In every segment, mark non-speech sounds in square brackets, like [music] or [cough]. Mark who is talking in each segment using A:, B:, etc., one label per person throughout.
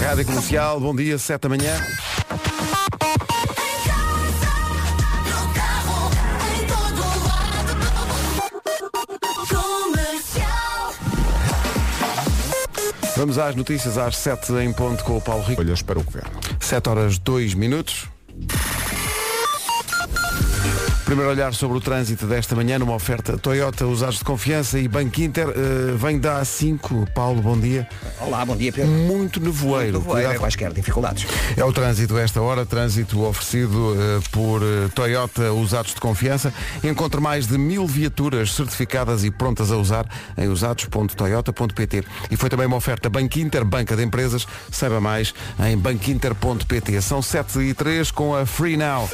A: Rádio Comercial, bom dia, 7 da manhã. Vamos às notícias às 7 em ponto com o Paulo Rico.
B: Olhas para o governo.
A: 7 horas 2 minutos. Primeiro olhar sobre o trânsito desta manhã numa oferta Toyota, usados de confiança e Banco Inter. eh, vem da A5. Paulo, bom dia.
C: Olá, bom dia, Hum. Pedro.
A: Muito nevoeiro.
C: Cuidado
A: Cuidado.
C: quaisquer dificuldades.
A: É o trânsito a esta hora, trânsito oferecido eh, por eh, Toyota Usados de Confiança. Encontre mais de mil viaturas certificadas e prontas a usar em usados.toyota.pt. E foi também uma oferta Banco Inter, Banca de Empresas. Saiba mais em banquinter.pt. São 7 e 3 com a Free Now.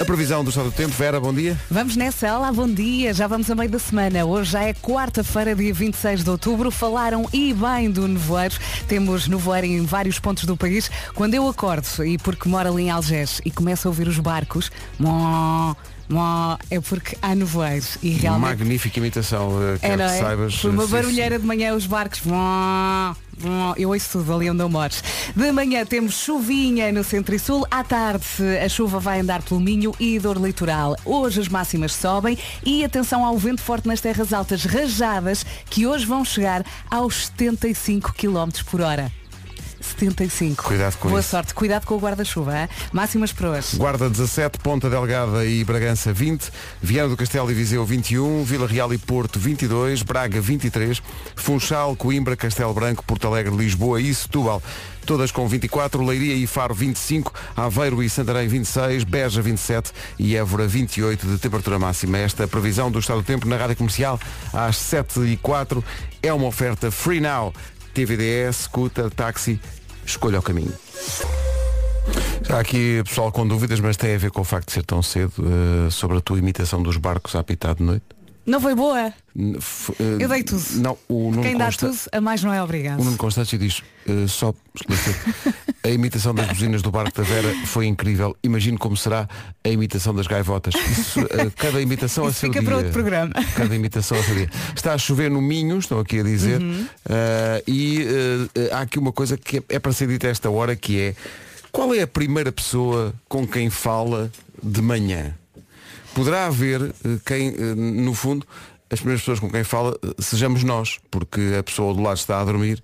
A: A previsão do estado do tempo, Vera, bom dia.
D: Vamos nessa, olá, bom dia, já vamos a meio da semana. Hoje já é quarta-feira, dia 26 de outubro. Falaram e bem do nevoeiro. Temos nevoeiro em vários pontos do país. Quando eu acordo, e porque moro ali em Algés, e começo a ouvir os barcos, mó, mó, é porque há nevoeiro. E realmente
A: Magnífica imitação, eh, quero
D: não
A: que saibas.
D: Foi uma
A: eh, se-
D: barulheira de manhã os barcos. Vó, vó. Eu ouço tudo ali onde eu moro. De manhã temos chuvinha no centro e sul. À tarde a chuva vai andar pelo Minho e dor litoral. Hoje as máximas sobem e atenção ao vento forte nas terras altas rajadas que hoje vão chegar aos 75 km por hora. 75.
A: Cuidado com
D: Boa
A: isso.
D: sorte. Cuidado com o guarda-chuva. hã? Máximas para hoje.
A: Guarda 17, Ponta Delgada e Bragança 20, Viana do Castelo e Viseu 21, Vila Real e Porto 22, Braga 23, Funchal, Coimbra, Castelo Branco, Porto Alegre, Lisboa e Setúbal. Todas com 24, Leiria e Faro 25, Aveiro e Santarém 26, Beja 27 e Évora 28 de temperatura máxima. Esta é previsão do estado do tempo na Rádio Comercial às 7 e 04 é uma oferta Free Now. TVDS, scooter, táxi, escolha o caminho. Está aqui pessoal com dúvidas, mas tem a ver com o facto de ser tão cedo eh, sobre a tua imitação dos barcos a apitar de noite.
D: Não foi boa?
A: N- f- eh,
D: Eu dei tudo.
A: Não, o Nuno,
D: Quem dá
A: Um Consta- Um
D: tudo, a mais não é obrigado.
A: o Nuno Constâncio diz, eh, só esclarecer,
D: [laughs]
A: a imitação das buzinas do barco da Vera foi incrível. Imagino como será a imitação das gaivotas. Isso, eh, cada imitação a
D: Isso
A: seu
D: fica
A: dia.
D: para outro programa.
A: Cada imitação a seu dia. Está a chover no Minho, estão aqui a dizer,
D: Uhum.
A: eh, e eh, há aqui uma coisa que é, é para ser dita a esta hora, que é qual é a primeira pessoa com quem fala de manhã? Poderá haver eh, quem, eh, no fundo, as primeiras pessoas com quem fala eh, sejamos nós, porque a pessoa do lado está a dormir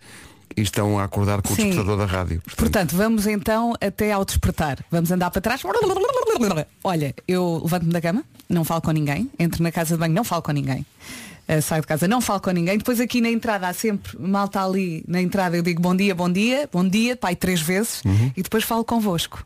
A: e estão a acordar com o
D: Sim.
A: despertador da rádio.
D: Portanto, vamos então até ao despertar. Vamos andar para trás. Olha, eu levanto-me da cama, não falo com ninguém, entro na casa de banho, não falo com ninguém. Uh, saio de casa, não falo com ninguém. Depois aqui na entrada há sempre malta ali na entrada, eu digo bom dia, bom dia, bom dia, pai, três vezes, e depois falo convosco.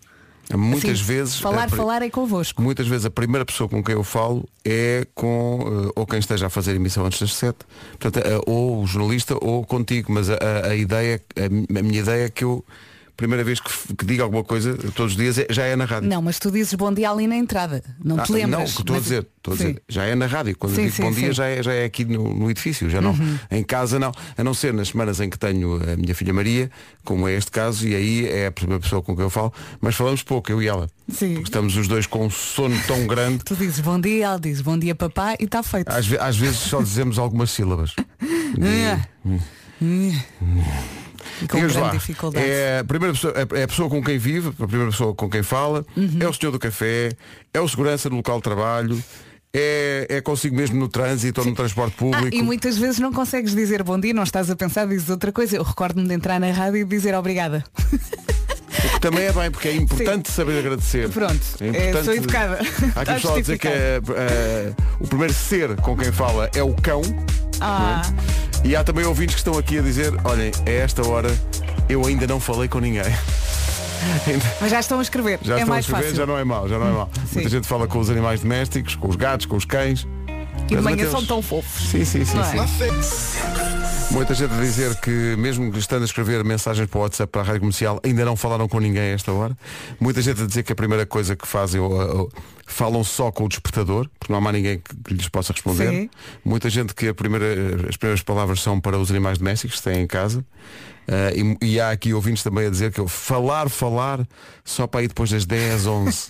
A: Uhum. Muitas
D: Assim,
A: vezes.
D: Falar,
A: a pri-
D: falar é convosco.
A: Muitas vezes a primeira pessoa com quem eu falo é com eh, ou quem esteja a fazer emissão antes das 7, portanto, eh, ou o jornalista ou contigo, mas a, a- a ideia, a, mi- a minha ideia é que eu, primeira vez que, f- que digo alguma coisa todos os dias, é- já é na rádio.
D: Não, mas tu dizes bom dia ali na entrada. Não
A: Ah,
D: te lembras.
A: Não, o que estou a
D: mas-
A: dizer, estou a
D: Sim.
A: dizer, já é na rádio. Quando
D: Sim,
A: eu digo
D: sim,
A: bom dia
D: sim. Uhum.
A: já é, já é aqui no, no edifício, já não. Em casa não. A não ser nas semanas em que tenho a minha filha Maria, como é este caso, e aí é a primeira pessoa com quem eu falo, mas falamos pouco, eu e ela.
D: Sim.
A: Porque estamos os dois com um sono tão grande.
D: Tu dizes bom dia, ela diz bom dia papá e está feito.
A: Às, ve- às vezes só dizemos algumas sílabas.
D: Ah. E [laughs] com
A: É. Diga-nos
D: grande
A: lá,
D: dificuldade.
A: é a, primeira pessoa, é a pessoa com quem vive, a primeira pessoa com quem fala,
D: Uhum.
A: é o senhor do café, é o segurança no local de trabalho, é, é consigo mesmo no trânsito ou no transporte
D: Ah,
A: público.
D: e muitas vezes não consegues dizer bom dia, não estás a pensar, dizes outra coisa. Eu recordo-me de entrar na rádio e dizer obrigada.
A: Que também é bem,
D: [laughs]
A: porque é importante saber agradecer.
D: Pronto,
A: É
D: é, sou educada. Tá
A: Há aqui
D: Está
A: pessoal a dizer que
D: justificado.
A: eh, eh, o primeiro ser com quem fala é o cão. é?
D: Ah,
A: E há também ouvintes que estão aqui a dizer, olhem, a esta hora eu ainda não falei com ninguém. [laughs] Ainda-
D: mas já estão a escrever,
A: Já
D: é
A: estão a
D: mais
A: escrever,
D: fácil.
A: já não é mau, já não é mau. Muita gente fala com os animais domésticos, com os gatos, com os cães.
D: E de
A: Mas
D: manhã
A: Mateus-
D: são tão fofos.
A: Sim, sim, sim,
D: Não é?
A: sim. Muita gente a dizer que mesmo estando a escrever mensagens para o WhatsApp para a rádio comercial, ainda não falaram com ninguém a esta hora. Muita gente a dizer que a primeira coisa que fazem ou, ou- falam só com o despertador, porque não há mais ninguém que, que lhes possa responder.
D: Sim.
A: Muita gente que a primeira- as primeiras palavras são para os animais domésticos que têm em casa. Ah, e, e há aqui ouvintes também a dizer que eu falar, falar, só para ir depois das 10, 11.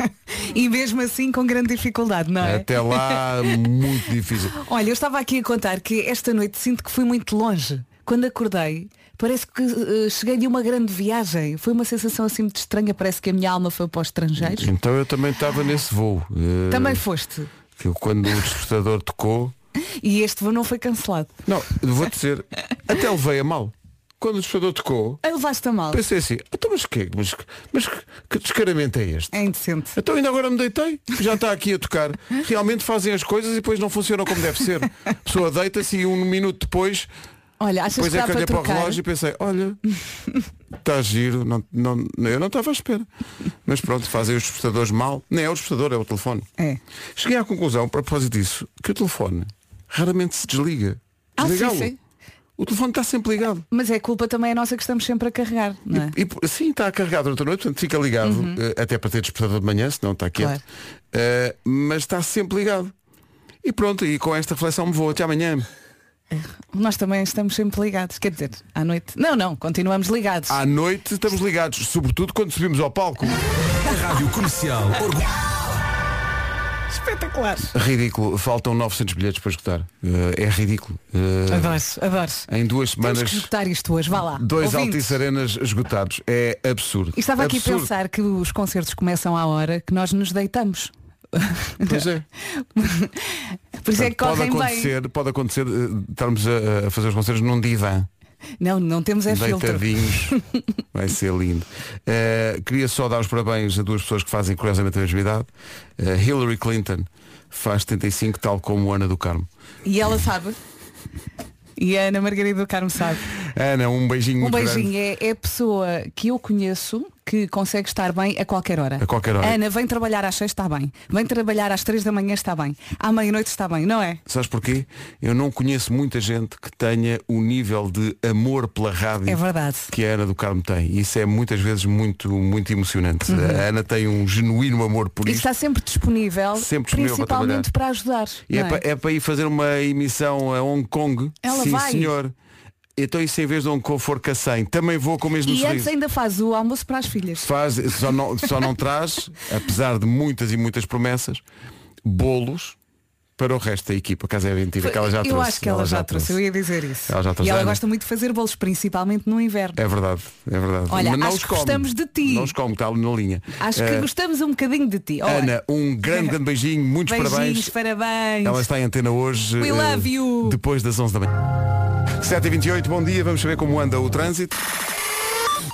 D: E mesmo assim com grande dificuldade, não [laughs] é?
A: Até lá, muito difícil.
D: Olha, eu estava aqui a contar que esta noite sinto que fui muito longe. Quando acordei, Parece que eh, cheguei de uma grande viagem. Foi uma sensação assim muito estranha. Parece que a minha alma foi para os estrangeiros.
A: Então eu também estava nesse voo. eh,
D: Também foste.
A: que eu, quando o despertador tocou.
D: E este voo não foi cancelado.
A: Não, vou-te dizer, até levei a mal. Quando o despertador tocou,
D: A levaste a mal.
A: pensei assim, então mas que, mas, que- mas que, que descaramento é este?
D: É indecente.
A: Então ainda agora me deitei, já está aqui a tocar. Realmente fazem as coisas e depois não funcionam como deve ser. A pessoa deita-se e um minuto depois,
D: Olha, achas
A: depois
D: que
A: é
D: dá
A: que olhei
D: para
A: para o
D: trocar?
A: relógio e pensei, olha, está giro, não, não, eu não estava à espera. Mas pronto, fazem os despertadores mal. Nem é o despertador, é o telefone.
D: É.
A: Cheguei à conclusão, a propósito disso, que o telefone raramente se desliga.
D: Ah, sim,
A: Desligá-lo.
D: sim.
A: O telefone está sempre ligado.
D: Mas é culpa também é nossa que estamos sempre a carregar, não é? Uhum.
A: E, e sim, está carregado durante a noite, portanto fica ligado, eh, até para ter despertador de manhã, senão está quieto.
D: Claro.
A: Eh, mas está sempre ligado. E pronto, e com esta reflexão me vou até amanhã.
D: Nós também estamos sempre ligados, quer dizer, à noite. Não, não, continuamos ligados.
A: À noite estamos ligados, sobretudo quando subimos ao palco.
B: Rádio Comercial. Orgulho.
D: Espetacular.
A: Ridículo, faltam 900 bilhetes para escutar. Eh, é ridículo. Eh,
D: Adoro, adoro.
A: em duas
D: Temos que
A: semanas,
D: escutar isto hoje, vá lá.
A: dois
D: Ouvintes.
A: Altice Arenas esgotados. É absurdo.
D: E estava aqui a
A: Absurdo.
D: pensar que os concertos começam à hora que nós nos deitamos. [laughs]
A: Pois é.
D: Por isso é que
A: Portanto, pode
D: correm bem.
A: acontecer, pode acontecer eh, estarmos a, a fazer os concertos num divã.
D: Não, não temos é filtro.
A: Deitadinhos.
D: [laughs]
A: Vai ser lindo. Eh, queria só dar os parabéns a duas pessoas que fazem curiosamente a mesma idade. Eh, Hillary Clinton faz 75, tal como Ana do Carmo.
D: E ela sabe. E a Ana Margarida do Carmo sabe.
A: Ana, um beijinho
D: Um
A: muito
D: beijinho.
A: grande.
D: É, é a pessoa que eu conheço que consegue estar bem a qualquer hora.
A: A qualquer hora.
D: Ana, vem trabalhar às seis, está bem. Vem trabalhar às três da manhã, está bem. À meia-noite está bem, não é?
A: Sabes porquê? Eu não conheço muita gente que tenha o nível de amor pela rádio
D: É verdade.
A: que a Ana do Carmo tem. E isso é muitas vezes muito, muito emocionante. A Ana tem um genuíno amor por
D: Uhum. E
A: isso.
D: está sempre disponível,
A: Sempre disponível para
D: principalmente para, ajudar.
A: E é,
D: não é?
A: pa- é para, ir fazer uma emissão a Hong Kong.
D: Ela
A: Sim,
D: vai.
A: senhor. Então e se em vez de Hong Kong for Cassem, também vou com o mesmo
D: E antes
A: sorriso.
D: ainda faz o almoço para as filhas.
A: Faz, só, não, só não
D: [laughs]
A: traz, apesar de muitas e muitas promessas, bolos para o resto da equipa. Caso é mentira, que ela já
D: eu
A: trouxe.
D: acho que ela, já trouxe. eu ia dizer isso.
A: Ela já trouxe.
D: E ela
A: Ana.
D: gosta muito de fazer bolos, principalmente no inverno.
A: É verdade, é verdade.
D: Olha,
A: Mas não
D: acho
A: os
D: que
A: come.
D: gostamos de ti.
A: Não os como, está ali na linha.
D: Acho que
A: Eh,
D: gostamos um bocadinho de ti. Olha,
A: Ana, um grande, grande beijinho, muitos
D: beijinhos,
A: parabéns.
D: parabéns.
A: Ela está em antena hoje.
D: We
A: eh,
D: love you.
A: Depois das 11 da manhã. 7h28, bom dia, vamos saber como anda o trânsito.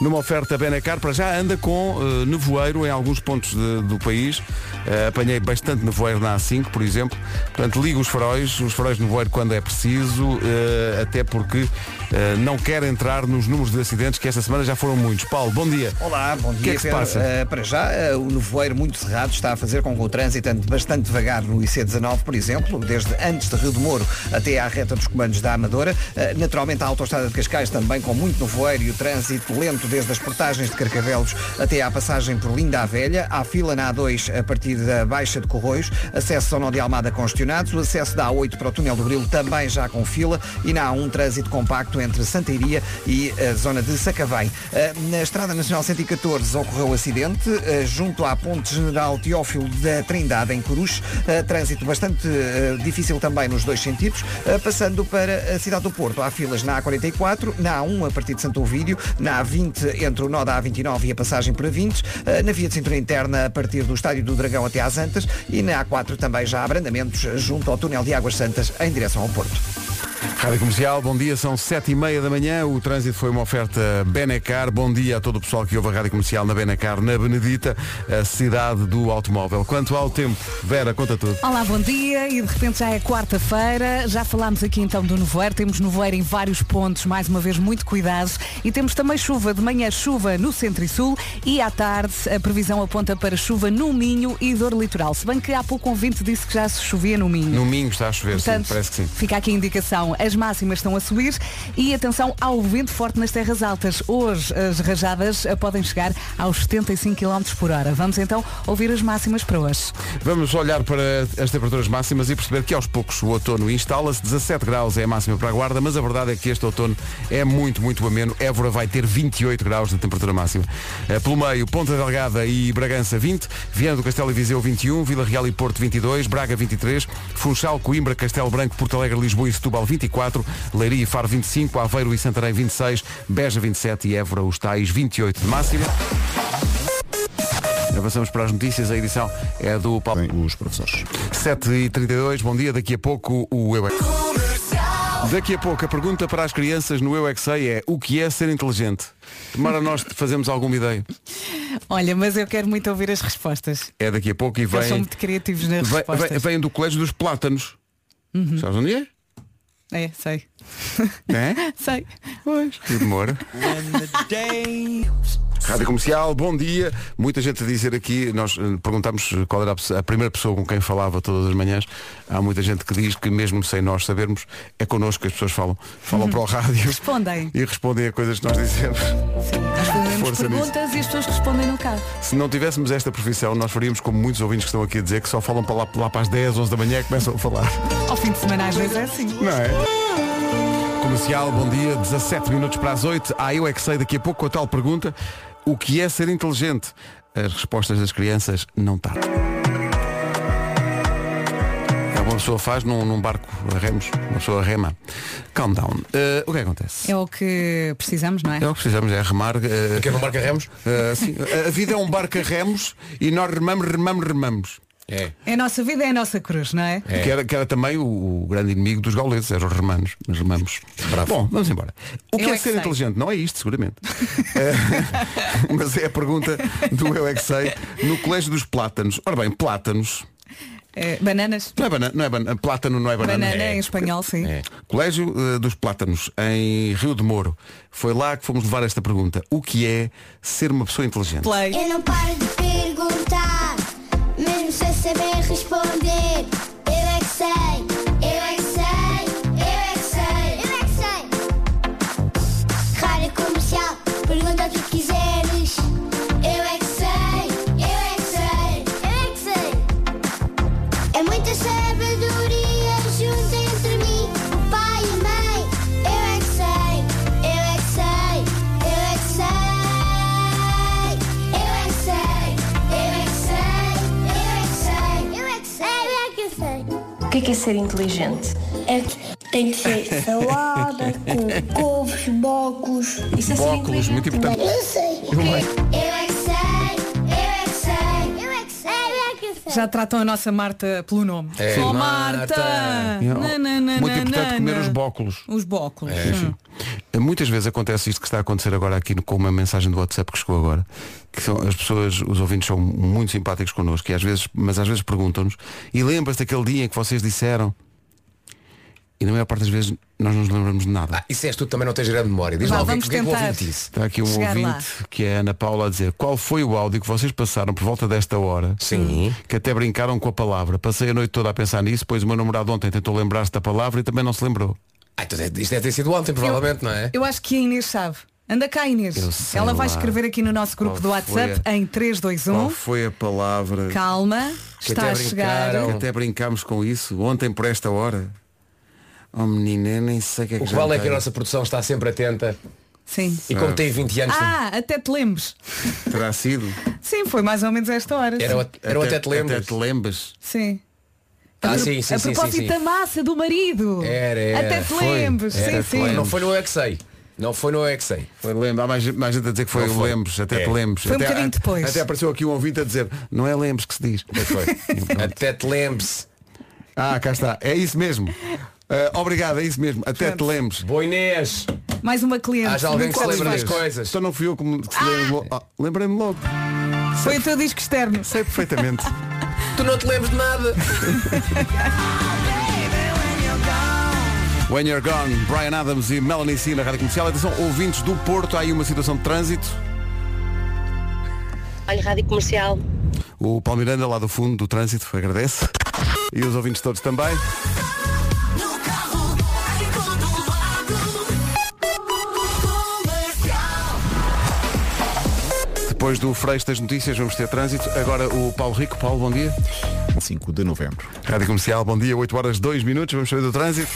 A: Numa oferta Benacar, para já anda com eh, nevoeiro em alguns pontos de- do país. Eh, apanhei bastante nevoeiro na A5, por exemplo. Portanto, ligo os faróis, os faróis de nevoeiro quando é preciso, eh, até porque eh, não quero entrar nos números de acidentes, que esta semana já foram muitos. Paulo, bom dia.
C: Olá, bom dia.
A: que é que se
C: Pedro.
A: passa?
C: Ah, para já, ah, o nevoeiro muito cerrado está a fazer com que o trânsito ande bastante devagar no IC19, por exemplo, desde antes de Rio do Moro até à reta dos comandos da Amadora. Ah, naturalmente, a autoestrada de Cascais também com muito nevoeiro e o trânsito lento desde as portagens de Carcavelos até à passagem por Linda a Velha. Há fila na A2 a partir da Baixa de Corroios, acesso ao Nó de Almada congestionados, o acesso da A8 para o Túnel do Grilo também já com fila e na A1 trânsito compacto entre Santa Iria e eh, a zona de Sacavém. Ah, Na Estrada Nacional 114 ocorreu acidente ah, junto à Ponte General Teófilo da Trindade, em Coruche. Ah, Trânsito bastante ah, difícil também nos dois sentidos. Ah, Passando para a cidade do Porto, há filas na A44, na A1 a partir de Santo Ovídio, na A20 entre o nó da A29 e a passagem por A20, ah, na via de cintura interna a partir do Estádio do Dragão até às Antas e na A4 também já há abrandamentos junto ao túnel de Águas Santas em direção ao Porto.
A: Rádio Comercial, bom dia, são sete e meia da manhã, o trânsito foi uma oferta Benacar, bom dia a todo o pessoal que ouve a Rádio Comercial na Benacar, na Benedita, a cidade do automóvel. Quanto ao tempo, Vera, conta tudo.
D: Olá, bom dia e de repente já é quarta-feira, já falámos aqui então do nevoeiro, temos nevoeiro em vários pontos, mais uma vez muito cuidado e temos também chuva, de manhã chuva no centro e sul e à tarde a previsão aponta para chuva no Minho e dor litoral, se bem que há pouco um vinte disse que já se chovia no Minho.
A: No Minho está a chover,
D: Portanto,
A: sim, parece que sim.
D: fica aqui a indicação. As máximas estão a subir e atenção ao vento forte nas terras altas. Hoje as rajadas eh, podem chegar aos 75 km por hora. Vamos então ouvir as máximas para hoje.
A: Vamos olhar para as temperaturas máximas e perceber que aos poucos o outono instala-se. 17 graus é a máxima para a guarda, mas a verdade é que este outono é muito, muito ameno. Évora vai ter 28 graus de temperatura máxima. Eh, Pelo meio, Ponta Delgada e Bragança 20, Viana do Castelo e um. Viseu 21, Vila Real e Porto 22, Braga 23, Funchal, Coimbra, Castelo Branco, Porto Alegre, Lisboa e Setúbal 24. 24, Leiria e Faro 25, Aveiro e Santarém 26, Beja 27 e Évora os tais 28 de máxima. Avançamos para as notícias, a edição é do Paulo.
E: Os professores.
A: 7h32, bom dia, daqui a pouco o Eu é... Que Sei. Daqui a pouco a pergunta para as crianças no Eu é que Sei é o que é ser inteligente? Tomara nós fazemos alguma ideia.
D: Olha, mas eu quero muito ouvir as respostas.
A: É daqui a pouco e
D: Eles são
A: vem.
D: muito criativos nas
A: vem-
D: respostas. Uhum.
A: vem- Vêm do colégio dos plátanos. Sabes onde é?
D: É, sei.
A: É?
D: [laughs] sei.
A: Pois. Que demora. Rádio Comercial, bom dia. Muita gente a dizer aqui, nós eh, perguntamos qual era a pessoa- a primeira pessoa com quem falava todas as manhãs. Há muita gente que diz que mesmo sem nós sabermos, é connosco que as pessoas falam. Falam
D: Uhum.
A: para o rádio.
D: Respondem.
A: E respondem a coisas que nós dizemos. [laughs]
D: Sim. Nós fazemos
A: Força
D: perguntas e as pessoas respondem no carro.
A: Se não tivéssemos esta profissão, nós faríamos como muitos ouvintes que estão aqui a dizer, que só falam para lá, lá para as 10, 11 da manhã e começam a falar.
D: Ao fim de semana às vezes é assim.
A: Não é? Comercial, bom dia, 17 minutos para as 8. Ah, eu é que sei daqui a pouco com a tal pergunta, o que é ser inteligente? As respostas das crianças não tardam. É uma pessoa faz num, num barco a remos, uma pessoa rema. Calm down. Eh, o que é que acontece?
D: É o que precisamos, não é?
A: É o que precisamos, é remar. eh,
E: Quer não marca remos?
A: eh, sim. a vida é um barco a remos e nós remamos, remamos, remamos.
E: É.
D: É a nossa vida, é a nossa cruz, não é?
A: Que, era, que era também o, o grande inimigo dos gauleses, eram os romanos. Os romanos. Bom, vamos embora. O que
D: Eu
A: é,
D: é que
A: ser
D: sei.
A: inteligente? Não é isto, seguramente. [laughs] É, mas é a pergunta do Eu é que sei, no Colégio dos Plátanos. Ora bem, plátanos.
D: É, bananas.
A: Não é banana, não é banana. Plátano não é banana. É.
D: Banana em espanhol, sim.
A: Colégio eh, dos Plátanos, em Rio de Moro. Foi lá que fomos levar esta pergunta. O que é ser uma pessoa inteligente?
D: Play.
F: Eu não paro de perguntar, mesmo sem saber responder. Eu é que sei, eu é que sei, eu é que sei, eu é que sei. Rádio comercial, pergunta o que quiseres. Eu é que sei, eu é que sei, eu é que sei. É muita sabedoria junta entre mim, o pai e a mãe. Eu é que sei, eu é que sei, eu é que sei. Eu é que sei, eu é que sei, eu é que sei, eu é que sei, eu é que sei.
G: O que é, que é ser inteligente?
F: É que tem que
G: [laughs]
F: ser salada, com couves, bocos.
G: Isso é
D: Assim,
G: ser
A: Óculos,
G: inteligente.
A: muito importante.
F: Eu sei. Eu é que sei, eu é que sei, eu é que sei, eu é que sei.
D: Já tratam a nossa Marta pelo nome.
E: É.
D: Oh Marta!
E: Marta!
D: Na, na, na,
E: tipo
A: Muito
D: na,
A: importante
D: na,
A: comer
D: na.
A: os bóculos.
D: Os bóculos.
E: É.
D: Hum.
A: Muitas vezes acontece isto que está a acontecer agora aqui no- com uma mensagem do WhatsApp que chegou agora, que são as pessoas, os ouvintes são muito simpáticos connosco, e às vezes, mas às vezes perguntam-nos, e lembras-te daquele dia em que vocês disseram? E na maior parte das vezes nós não nos lembramos de nada.
E: Ah, isso és tu que também não tens grande memória. Diz
D: Vá,
E: lá, o que,
D: vamos
E: o que é que o
D: tentar.
E: ouvinte disse?
A: Está aqui um
D: Chegar
A: ouvinte
D: lá.
A: que é a Ana Paula a dizer qual foi o áudio que vocês passaram por volta desta hora
E: Sim.
A: que até brincaram com a palavra. Passei a noite toda a pensar nisso, pois o meu namorado ontem tentou lembrar-se da palavra e também não se lembrou.
E: Ah, então deve- isto deve ter sido ontem, provavelmente, não é?
D: Eu acho que a Inês sabe. Anda cá, Inês.
A: Eu sei
D: Ela vai
A: lá.
D: escrever aqui no nosso grupo
A: Qual
D: do WhatsApp
A: foi a-
D: em 321.
A: Qual foi a palavra?
D: Calma,
E: Que
D: está
E: até
D: a chegar.
E: brincaram.
A: Que Até brincámos com isso ontem por esta hora. Oh menina, eu nem sei o que é que
E: O que vale é que
A: jantei.
E: a nossa produção está sempre atenta
D: Sim.
E: e como tem 20 anos
D: Ah, até te lembres.
A: terá sido.
D: Sim, foi mais ou menos esta hora.
E: era, o- era o até te lembras.
A: Até te lembras.
D: Sim.
E: Ah,
D: pro-
E: sim, sim,
D: a
E: sim,
D: propósito
E: sim, sim.
D: da massa do marido.
E: Era, era.
D: Até te
E: Foi.
D: lembres.
E: Era,
D: Sim,
E: foi.
D: sim.
E: Não foi no Exei. Não foi no Exei.
A: Foi lembro. Há mais, mais gente a dizer que foi,
E: Não foi.
A: lembres, até
E: É.
A: te lembres.
D: Foi um
A: até,
D: bocadinho
A: a-
D: depois.
A: Até apareceu aqui um ouvinte a dizer, não é lembres que
D: [laughs]
A: se diz.
E: Foi. até te lembres.
A: ah, cá está. É isso mesmo. Ah, obrigado, é isso mesmo. Até te lembres.
E: Boa Inês.
D: Mais uma cliente.
E: Há já alguém
D: muito
E: que se lembra das
D: satisfeita.
E: coisas.
A: Só Então não fui eu que me que se lembrou. Ah, Lembrei-me logo.
D: Foi o teu disco externo.
A: Sei perfeitamente.
E: Tu não te lembres de nada.
A: When You're Gone, Brian Adams e Melanie C na Rádio Comercial. Atenção, ouvintes do Porto, há aí uma situação de trânsito.
H: Olha, Rádio Comercial.
A: O Paulo Miranda, lá do fundo do trânsito, agradece. E os ouvintes todos também.
F: é
A: Depois do freixo das notícias, vamos ter trânsito. Agora o Paulo Rico. Paulo, bom dia.
E: 5 de novembro.
A: Rádio Comercial, bom dia. 8 horas, 2 minutos. Vamos saber do trânsito.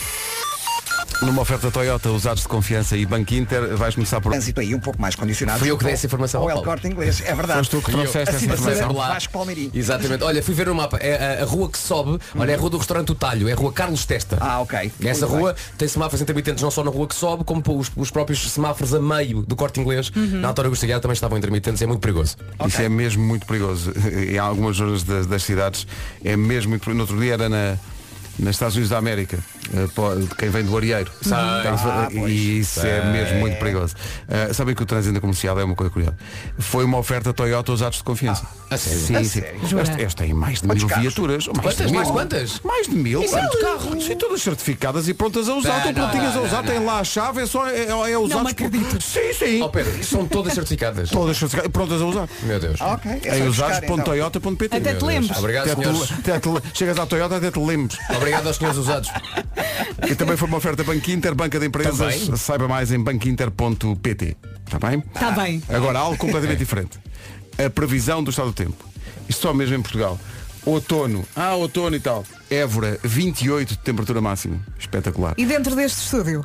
A: Numa oferta Toyota, usados de confiança e Banco Inter, vais começar por...
C: Trânsito aí um pouco mais condicionado.
E: Fui eu que dei essa informação ao
C: Ao El
E: Paulo.
C: Corte Inglês, é verdade.
A: Foste tu que trouxeste essa
C: Assinatura
A: informação.
C: Vasco Palmeirinho.
E: Exatamente. Olha, fui ver no mapa. É a, a rua que sobe. Olha, é a rua do restaurante O Talho. É a rua Carlos Testa.
C: Ah, ok.
E: E Essa
C: Muito
E: rua tem semáforos intermitentes não só na rua que sobe, como os, os próprios semáforos a meio do corte inglês.
C: Uhum.
E: Na altura Augusta Guiar também estavam intermitentes. É muito perigoso.
A: Isso é mesmo muito perigoso. [laughs] Em algumas zonas das, das cidades é mesmo muito perigoso. No outro dia era na, nos Estados Unidos da América, eh, pó- de quem vem do Arieiro.
E: Ah,
A: Estava- e isso é mesmo muito perigoso. Eh, sabem que o trânsito comercial é uma coisa curiosa. Foi uma oferta Toyota aos atos de confiança.
E: Ah, a sério?
A: Sim,
C: A
A: sim.
C: sério?
A: Esta, esta tem mais de mil
C: carros?
A: viaturas. Mais
E: Quantas?
A: de mil.
E: Mais quantas?
A: Mais de mil.
E: Isso é
A: Quantos
E: um-
A: carros? Sim, todas certificadas e prontas a usar.
E: Não,
A: Estão
E: não,
A: prontinhas a
E: não,
A: usar.
E: não,
A: Tem lá a chave, é só é, é usados
D: Não me
A: por-
D: acredito.
A: Sim, sim.
E: Ó Oh, Pedro, são todas certificadas.
A: Todas certificadas e prontas a usar.
E: Meu Deus.
C: Ok. É só
A: em
C: buscar, então.
A: usados.toyota.pt
D: Até te lembres.
E: Obrigado,
A: Até
E: senhores.
A: te- até te le- Chegas à Toyota até te lembres.
E: Obrigado aos senhores usados.
A: E também foi uma oferta Banco Inter, Banca de Empresas.
E: Também.
A: Saiba mais em banquinter.pt. Está Tá bem?
D: Está Tá bem.
A: Agora,
E: [laughs]
A: algo completamente diferente. A previsão do estado do tempo. Isto só mesmo em Portugal. Outono. Ah, outono e tal. Évora, 28 de temperatura máxima. Espetacular.
D: E dentro deste estúdio?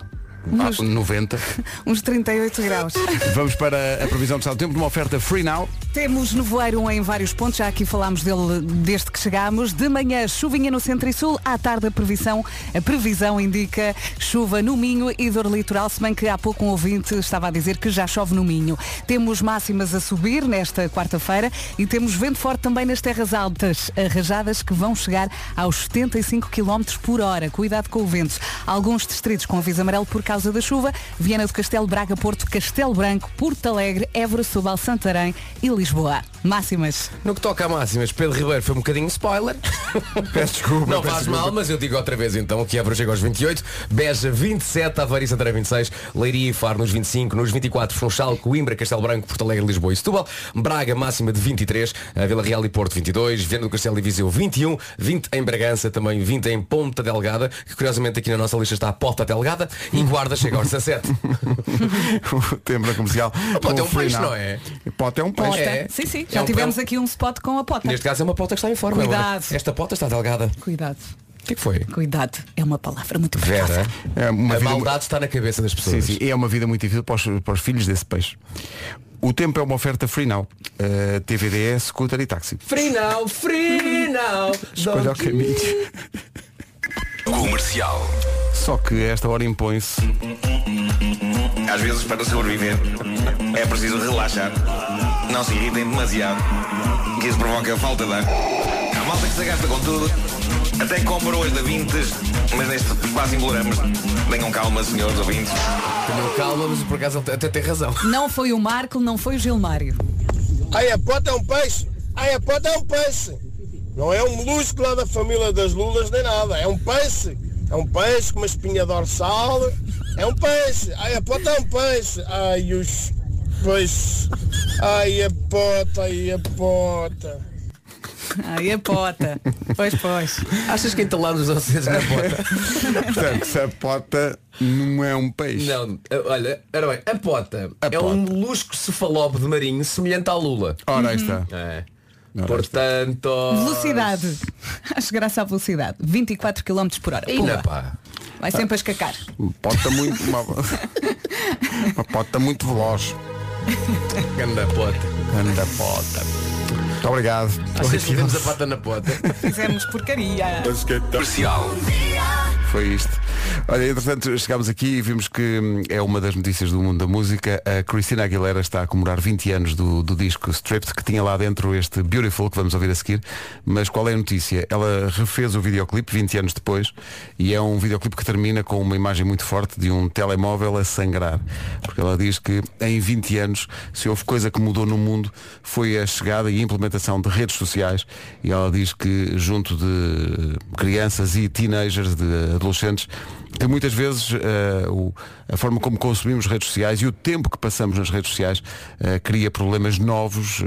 A: Ah,
D: Uns,
A: 90.
D: uns 38 graus.
A: [laughs] Vamos para a previsão do estado do tempo numa oferta Free Now.
D: Temos nevoeiro em vários pontos, já aqui falámos dele desde que chegámos. De manhã, chuvinha no centro e sul. À tarde, a previsão, a previsão indica chuva no Minho e dor litoral, se bem que há pouco um ouvinte estava a dizer que já chove no Minho. Temos máximas a subir nesta quarta-feira e temos vento forte também nas terras altas, arrajadas que vão chegar aos 75 km por hora. Cuidado com o vento. Alguns distritos com aviso amarelo por causa da chuva. Viana do Castelo, Braga, Porto, Castelo Branco, Porto Alegre, Évora, Subal, Santarém e Lisboa. Máximas.
E: No que toca a máximas, Pedro Ribeiro foi um bocadinho spoiler.
C: [laughs]
A: Peço desculpa.
E: Não
A: peço
E: faz
A: desculpa.
E: mal, mas eu digo outra vez então que Évora chega aos 28, Beja 27, Aveiro e Santarém 26, Leiria e Faro nos 25, nos 24, Funchal, Coimbra, Castelo Branco, Porto Alegre, Lisboa e Setúbal, Braga máxima de 23, a eh, Vila Real e Porto 22, Viana do Castelo e Viseu 21, 20 em Bragança, também 20 em Ponta Delgada, que curiosamente aqui na nossa lista está a Porta Delgada, e Guarda chega aos [laughs] 17.
A: [laughs] o tempo da comercial.
E: Pode ter
A: com
E: um
A: o Free
E: peixe,
A: Now.
E: não é?
A: Pode ter um peixe.
E: É.
D: Sim, sim.
E: É
D: Já
E: um-
D: tivemos
E: é um-
D: aqui um spot com a pota.
E: Neste caso é uma porta que está em forma.
D: Cuidado.
E: Esta porta está delgada.
D: Cuidado.
E: O que é que foi?
D: Cuidado. É uma palavra muito perigosa.
E: Vera,
A: É uma
E: a
A: vida-
E: maldade está na cabeça das
A: Sim,
E: pessoas.
A: sim. É uma vida muito difícil para os, para os filhos desse peixe. O tempo é uma oferta free now. Uh, TVDE, scooter e táxi.
E: Free now, free now.
A: Olha o caminho.
B: Comercial.
A: Só que esta hora impõe-se.
G: Às vezes, para sobreviver, é preciso relaxar. Não se irritem demasiado, que isso provoca falta de ar. Há malta que se gasta com tudo. Até compra hoje da Vintes, mas neste quase embolamos. Tenham calma, senhores ouvintes.
E: Tenham calma, mas por acaso ele até tem razão.
D: Não foi o Marco, não foi o Gilmário.
H: Ai, a pota é um peixe. Ai, a pota é um peixe. Não é um molusco lá da família das lulas nem nada. É um peixe. É um peixe com uma espinha dorsal. É um peixe. Ai, a pota é um peixe. Ai, os peixes. Ai, a pota, ai, a pota.
D: Ai,
E: [laughs]
D: a pota. Pois, pois.
E: [laughs] Achas que entalámos os dedos na pota?
A: Portanto, se a pota não é um peixe.
E: [laughs] Não, olha, ora bem, a pota
A: A
E: é
A: pota.
E: um molusco cefalópode marinho semelhante à lula.
A: Ora, aí está.
E: É.
A: Ora,
E: Portanto...
D: Velocidade. Acho graça à velocidade. 24 km por hora.
E: Ih,
D: Pumba.
E: na pá.
D: Vai sempre a escacar.
A: Uma pota muito. Uma, [laughs] uma pota muito veloz.
E: Ganda pota.
A: Anda pota. Muito obrigado.
E: Achas que fizemos a pata na [laughs] pota?
D: Fizemos
A: É
D: porcaria.
B: Comercial.
A: Foi isto. Olha, entretanto, chegámos aqui e vimos que hum, é uma das notícias do mundo da música. A Christina Aguilera está a comemorar 20 anos do, do disco Stripped, que tinha lá dentro este Beautiful, que vamos ouvir a seguir. Mas qual é a notícia? Ela refez o videoclipe 20 anos depois e é um videoclipe que termina com uma imagem muito forte de um telemóvel a sangrar. Porque ela diz que em 20 anos, se houve coisa que mudou no mundo, foi a chegada e implementação de redes sociais. E ela diz que junto de crianças e teenagers, de adolescentes, que muitas vezes eh, o- a forma como consumimos redes sociais e o tempo que passamos nas redes sociais eh, cria problemas novos eh,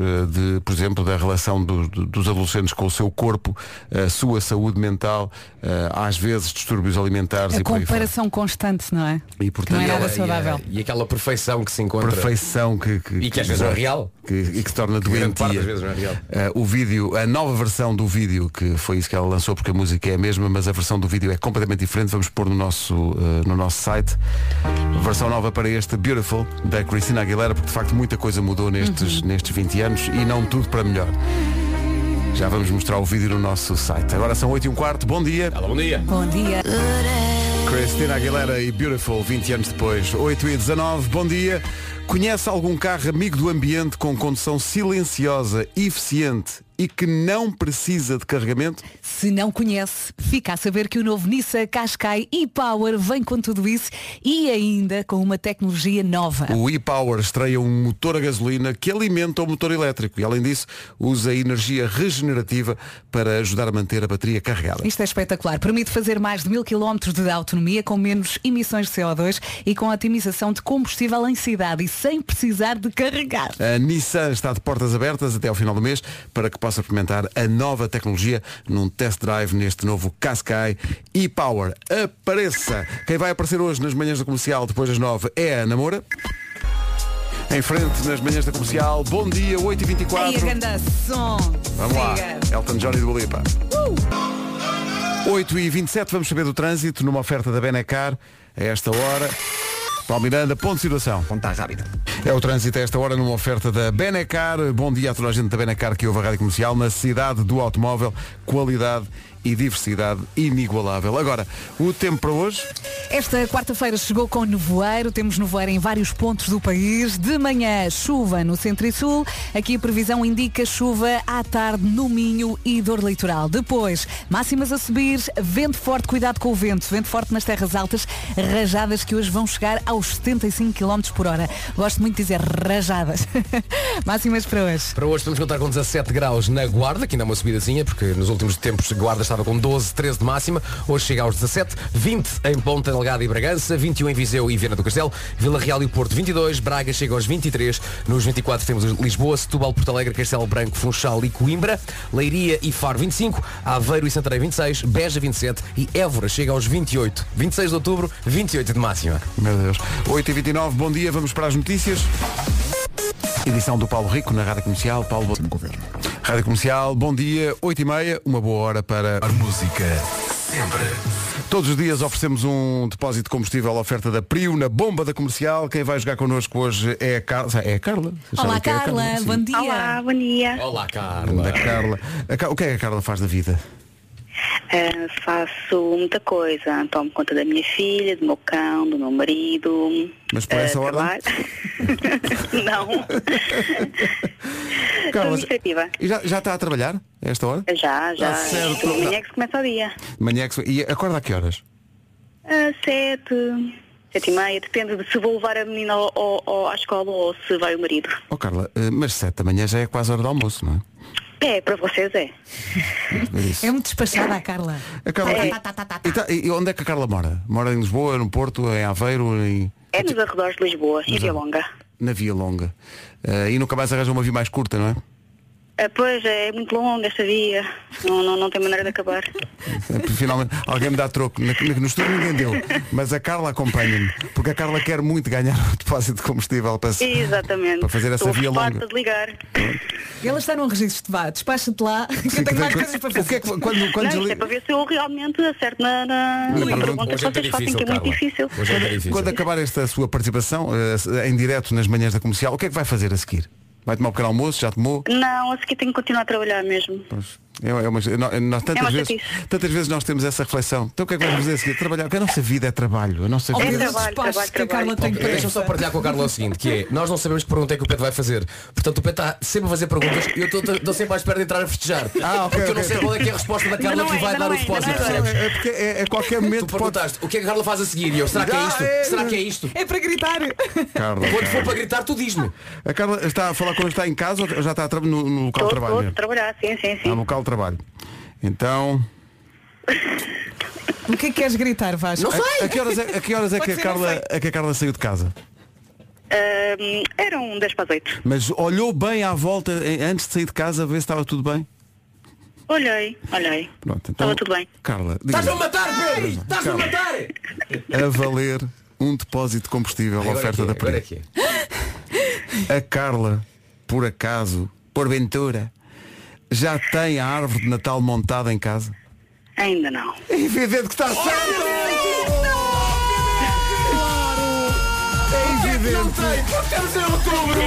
A: de, por exemplo, da relação do- do- dos adolescentes com o seu corpo, a sua saúde mental, eh, às vezes distúrbios alimentares
D: A
A: e por aí fora.
D: comparação constante, não é?
A: E, portanto,
D: não é
A: ela-
D: nada
E: E a-
D: saudável.
E: E, aquela perfeição que se encontra.
A: Perfeição que, que,
E: E que às vezes não é real.
A: que, e que se torna
E: Grande parte
A: doentia.
E: das vezes não é real.
A: Eh, o vídeo, a nova versão do vídeo, que foi isso que ela lançou, porque a música é a mesma, mas a versão do vídeo é completamente diferente, vamos pôr no nosso, eh, no nosso site. Versão nova para este Beautiful, da Christina Aguilera, porque de facto muita coisa mudou nestes, nestes 20 anos e não tudo para melhor. Já vamos mostrar o vídeo no nosso site. Agora são 8 e um quarto, bom dia.
E: Alô, bom dia.
D: Bom dia.
A: Christina Aguilera e Beautiful, 20 anos depois, 8 e 19, bom dia. Conhece algum carro amigo do ambiente com condução silenciosa, eficiente e que não precisa de carregamento?
D: Se não conhece, fica a saber que o novo Nissan Qashqai e-Power vem com tudo isso e ainda com uma tecnologia nova.
A: O e-Power estreia um motor a gasolina que alimenta o motor elétrico e, além disso, usa energia regenerativa para ajudar a manter a bateria carregada.
D: Isto é espetacular. Permite fazer mais de mil quilómetros de autonomia com menos emissões de CO2 e com otimização de combustível em cidade e sem precisar de carregar.
A: A Nissan está de portas abertas até ao final do mês para que possa experimentar a nova tecnologia num test drive neste novo Qashqai e-Power. Apareça! Quem vai aparecer hoje nas manhãs da comercial depois das 9 é a Ana Moura. Em frente nas manhãs da comercial, bom dia, 8h24.
D: Aí a ganda som.
A: Vamos lá,
D: Siga.
A: Elton John e Dua Lipa. 8 e 27 vamos saber do trânsito numa oferta da Benecar a esta hora. Paulo Miranda, ponto de situação.
C: Contar rápida.
A: É o trânsito a esta hora numa oferta da Benecar. Bom dia a toda a gente da Benecar que ouve a Rádio Comercial na cidade do automóvel. Qualidade e diversidade inigualável. Agora, o tempo para hoje,
D: Esta quarta-feira chegou com nevoeiro, temos nevoeiro em vários pontos do país. De manhã, chuva no centro e sul. Aqui a previsão indica chuva à tarde no Minho e dor litoral. Depois, máximas a subir, vento forte, cuidado com o vento. Vento forte nas terras altas, rajadas que hoje vão chegar aos 75 km por hora. Gosto muito de dizer rajadas. [laughs] máximas para hoje.
E: Para hoje vamos contar com 17 graus na Guarda, que ainda é uma subidazinha, porque nos últimos tempos a Guarda estava com 12, 13 de máxima. Hoje chega aos 17, 20 em Ponta Delgada e Bragança, 21 em Viseu e Viana do Castelo, Vila Real e Porto 22, Braga chega aos 23, nos 24 temos Lisboa, Setúbal, Porto Alegre, Castelo Branco, Funchal e Coimbra, Leiria e Faro 25, Aveiro e Santarém 26, Beja 27 e Évora chega aos 28. 26 de outubro, 28 de máxima.
A: meu Deus, 8 e 29 bom dia, vamos para as notícias. Edição do Paulo Rico na Rádio Comercial. Paulo, Rádio Comercial, bom dia, 8 e meia, uma boa hora para
B: Música sempre.
A: Todos os dias oferecemos um depósito de combustível à oferta da Prio na bomba da comercial. Quem vai jogar connosco hoje é a Carla. É a Carla? Vocês
D: Olá
A: sabem quem é a
D: Carla,
A: Sim.
D: bom dia.
I: Olá, bom dia.
E: Olá,
A: Da
E: Carla.
A: Carla. A Ca- O que é que a Carla faz da vida?
I: Ah, faço muita coisa. Tomo conta da minha filha, do meu cão, do meu marido.
A: Mas por
I: Ah,
A: essa ordem?
I: trabalho. [laughs] Não. Sou
A: Carla,
I: administrativa.
A: e já, já está a trabalhar a esta hora?
B: É.
I: Já, já.
A: Ah, certo.
I: Amanhã é que se começa o dia.
A: Manhã é que se- E acorda a que horas?
I: Ah, sete, sete e meia. Depende de se vou levar a menina ao, ao- ao- à escola ou se vai o marido.
A: Oh Carla, eh, mas sete da manhã já é quase hora do almoço, não é?
I: É, para vocês é.
A: É isso.
D: É muito despachada a Carla.
A: A Carla-
I: É.
A: e-
D: Tá, tá, tá, tá.
A: E, tá- e onde é que a Carla mora? Mora em Lisboa, no Porto, em Aveiro, em...
I: É nos arredores de Lisboa, em Via Longa.
A: na Via Longa. Eh, e nunca mais arranja uma via mais curta, não é? [laughs]
I: Ah, pois, é muito longa esta via. Não, não, não tem maneira de acabar.
A: É, porque Finalmente, alguém me dá troco. Na- na- No estúdio ninguém deu. Mas a Carla acompanha-me. Porque a Carla quer muito ganhar [laughs] o depósito de combustível para, [laughs] se-
I: Exatamente.
A: para fazer essa
I: Estou
A: via
I: farta
A: longa.
I: de ligar.
D: Ela está num registro de vá, despacha-te lá, que eu tenho mais coisas para fazer.
A: O que é que, quando, quando,
I: não, isto
A: desli-
I: é para ver se eu realmente acerto na, na, na
A: pergunta.
I: pergunta que
E: Hoje é muito
I: vocês fazem,
E: difícil,
I: que é
E: Carla.
I: muito difícil.
E: Hoje é muito difícil.
A: quando acabar esta sua participação eh, em direto nas manhãs da comercial, o que é que vai fazer a seguir? Vai tomar um pequeno almoço? Já tomou?
I: Não, a seguir tenho que continuar a trabalhar mesmo.
A: Pois, É, é uma- nó- nós tantas,
I: É uma
A: vezes,
I: chatice.
A: tantas vezes nós temos essa reflexão. Então o que é que vamos fazer a seguir? Trabalhar, porque a nossa vida é trabalho. A nossa
D: Ao
A: vida
I: É
D: menos
I: trabalho,
D: despacho
I: trabalho,
D: que a Carla
I: trabalho.
D: tem
E: Mas Então, Deixa-me só
D: pressa.
E: partilhar com o Carlos o seguinte, que é, nós não sabemos que pergunta é que o Pedro vai fazer. Portanto, o Pedro está sempre a fazer perguntas e eu estou- estou estou sempre à espera de entrar a festejar.
A: Ah, ok,
E: porque eu não
A: ok.
E: sei qual é que é a resposta da Carla
I: não
E: que
I: é,
E: vai
I: ainda
E: dar
I: não
E: o
I: é, ainda
E: depósito,
I: não é.
E: percebes?
A: É porque é, a qualquer
E: Tu
A: momento pode.
E: perguntaste, o que é que a Carla faz a seguir? E eu, será que é isto? Será que é isto?
D: É para gritar.
A: Carla,
E: Quando for
A: Carla.
E: para gritar, tu diz-me.
A: A Carla está a falar quando está em casa ou já está a tra- no, no local
I: Estou
A: de trabalho? Tá
I: estou a
B: tá
A: mesmo?
I: trabalhar, sim, sim,
A: Está
I: sim.
A: no local de trabalho. Então.
D: O que é que queres gritar, Vasco?
E: Não
A: A,
E: sei!
A: a que horas é, a que, horas é que,
D: Pode
A: a
D: ser,
A: Carla,
D: não sei.
A: a que a Carla saiu de casa?
I: Ahm, eram 10 para as 8.
A: Mas olhou bem à volta eh, antes de sair de casa, a ver se estava tudo bem?
I: Olhei, olhei.
A: Pronto, então.
I: Estava tudo bem.
A: Carla, diga-me,
E: Estás-me a matar, Pedro! Estás-me a
A: Carla.
E: matar!
A: a valer um depósito de combustível à
E: Agora
A: oferta
E: é que é,
A: da
E: agora é
A: Pri.
E: que é.
A: A Carla, por acaso, porventura, já tem a árvore de Natal montada em casa?
I: Ainda não.
A: É evidente que está certo! evidente.
E: Não tem, pode ter ser outubro.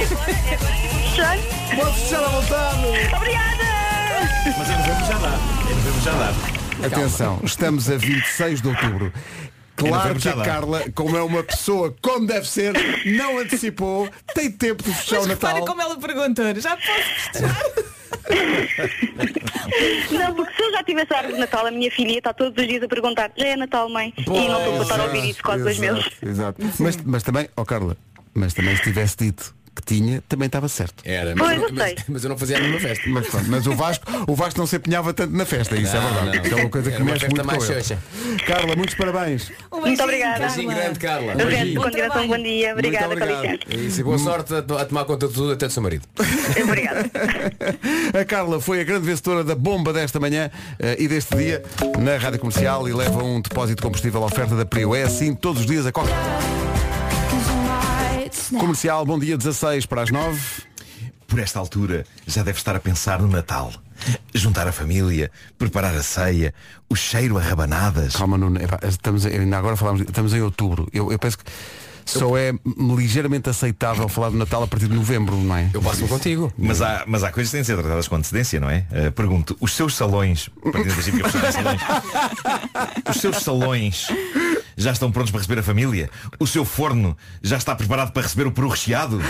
I: Já?
E: Pode fechar à vontade.
I: Obrigada!
B: Mas em novembro já dá. Em novembro já dá.
A: Atenção, estamos a 26 de outubro. Claro
B: novembro
A: que
B: já
A: a
B: dá.
A: Carla, como é uma pessoa como deve ser, não antecipou, tem tempo de fechar
D: Mas
A: é o
D: repara
A: Natal.
D: como ela perguntou. Já posso
I: Não, porque se eu já tivesse a árvore de Natal, a minha filha está todos os dias a perguntar, já é Natal, mãe? e não estou a estar a ouvir isso quase dois meses.
A: Exato. Mas, mas também, ó Carla, mas também se tivesse dito que tinha, também estava certo.
E: Era,
I: Pois,
E: mas,
I: eu
E: mas,
I: sei.
E: mas eu não fazia a mesma festa.
A: Mas, pronto, mas o Vasco, o Vasco não se empenhava tanto na festa, isso é
E: Não,
A: verdade.
E: não.
A: Isso é uma coisa que
E: Era uma
A: mexe
E: festa
A: muito
E: mais
A: com ele.
E: xoxa.
A: Carla, muitos parabéns.
D: Um
I: Muito
D: beijinho,
I: obrigada.
D: Carla.
E: Beijinho grande, Carla.
I: Eu
E: Beijinho.
I: resto,
D: Bom
I: continuação,
D: trabalho.
I: bom dia. Obrigada,
A: Muito
I: com licença.
A: obrigado.
E: Isso, e boa sorte a, a tomar conta de tudo até do seu marido.
A: [laughs]
I: Obrigada.
A: A Carla foi a grande vencedora da bomba desta manhã eh, e deste dia na Rádio Comercial e leva um depósito de combustível à oferta da Prio. É assim todos os dias a correr. Comercial, bom dia 16 para as 9.
B: Por esta altura já deve estar a pensar no Natal. Juntar a família, preparar a ceia, o cheiro a rabanadas.
A: Calma, Nuno, epá, estamos, ainda agora falamos, estamos em outubro. Eu, eu penso que só é ligeiramente aceitável falar do Natal a partir de novembro, não é?
E: Eu passo-me contigo.
B: Mas há, mas há coisas que têm de ser tratadas com antecedência, não é? Eh, pergunto, os seus salões, assim, partindo do princípio que a pessoa tem salões, os seus salões já estão prontos para receber a família? O seu forno já está preparado para receber o peru recheado?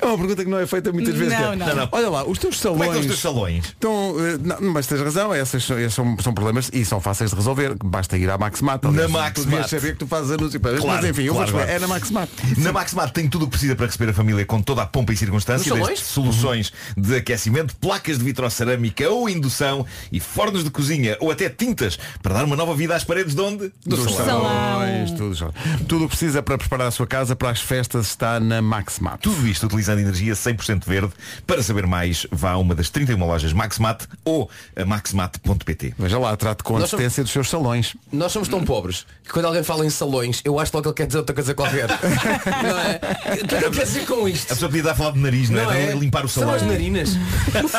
A: É uma pergunta que não é feita muitas vezes. que é,
D: Não, não. Não,
B: não.
A: Olha lá, os teus
B: Como é que estão os
A: salões.
B: teus salões?
A: Então, eh, não, mas tens razão, essas são- esses são, são problemas e são fáceis de resolver. Basta ir à Maxmat. aliás,
B: Na Maxmat.
A: Tu devias saber que tu fazes anúncio para
B: Claro,
A: Mas enfim, eu vou
B: claro,
A: explicar.
B: claro.
A: É na Maxmat.
B: Na Maxmat tem tudo o que precisa para receber a família com toda a pompa e circunstância,
E: Nos
B: desde soluções de aquecimento, placas de vitrocerâmica ou indução e fornos de cozinha ou até tintas para dar uma nova vida às paredes de onde? Do
A: Salões, tudo, já. tudo o que precisa para preparar a sua casa para as festas está na Maxmat.
B: Tudo isto utilizando energia 100% verde. Para saber mais, vá a uma das 31 lojas Maxmat ou a maxmat.pt.
A: Veja lá, trate com a
E: Nós somos-
A: assistência dos seus salões.
E: Nós somos tão pobres que quando alguém fala em salões, eu acho logo que ele quer dizer outra coisa qualquer. [laughs] não é? O que é que ele quer dizer com
B: A
E: isto?
B: pessoa podia estar a falar de nariz, não, é? Não é Limpar o
E: São
B: salão.
E: as narinas.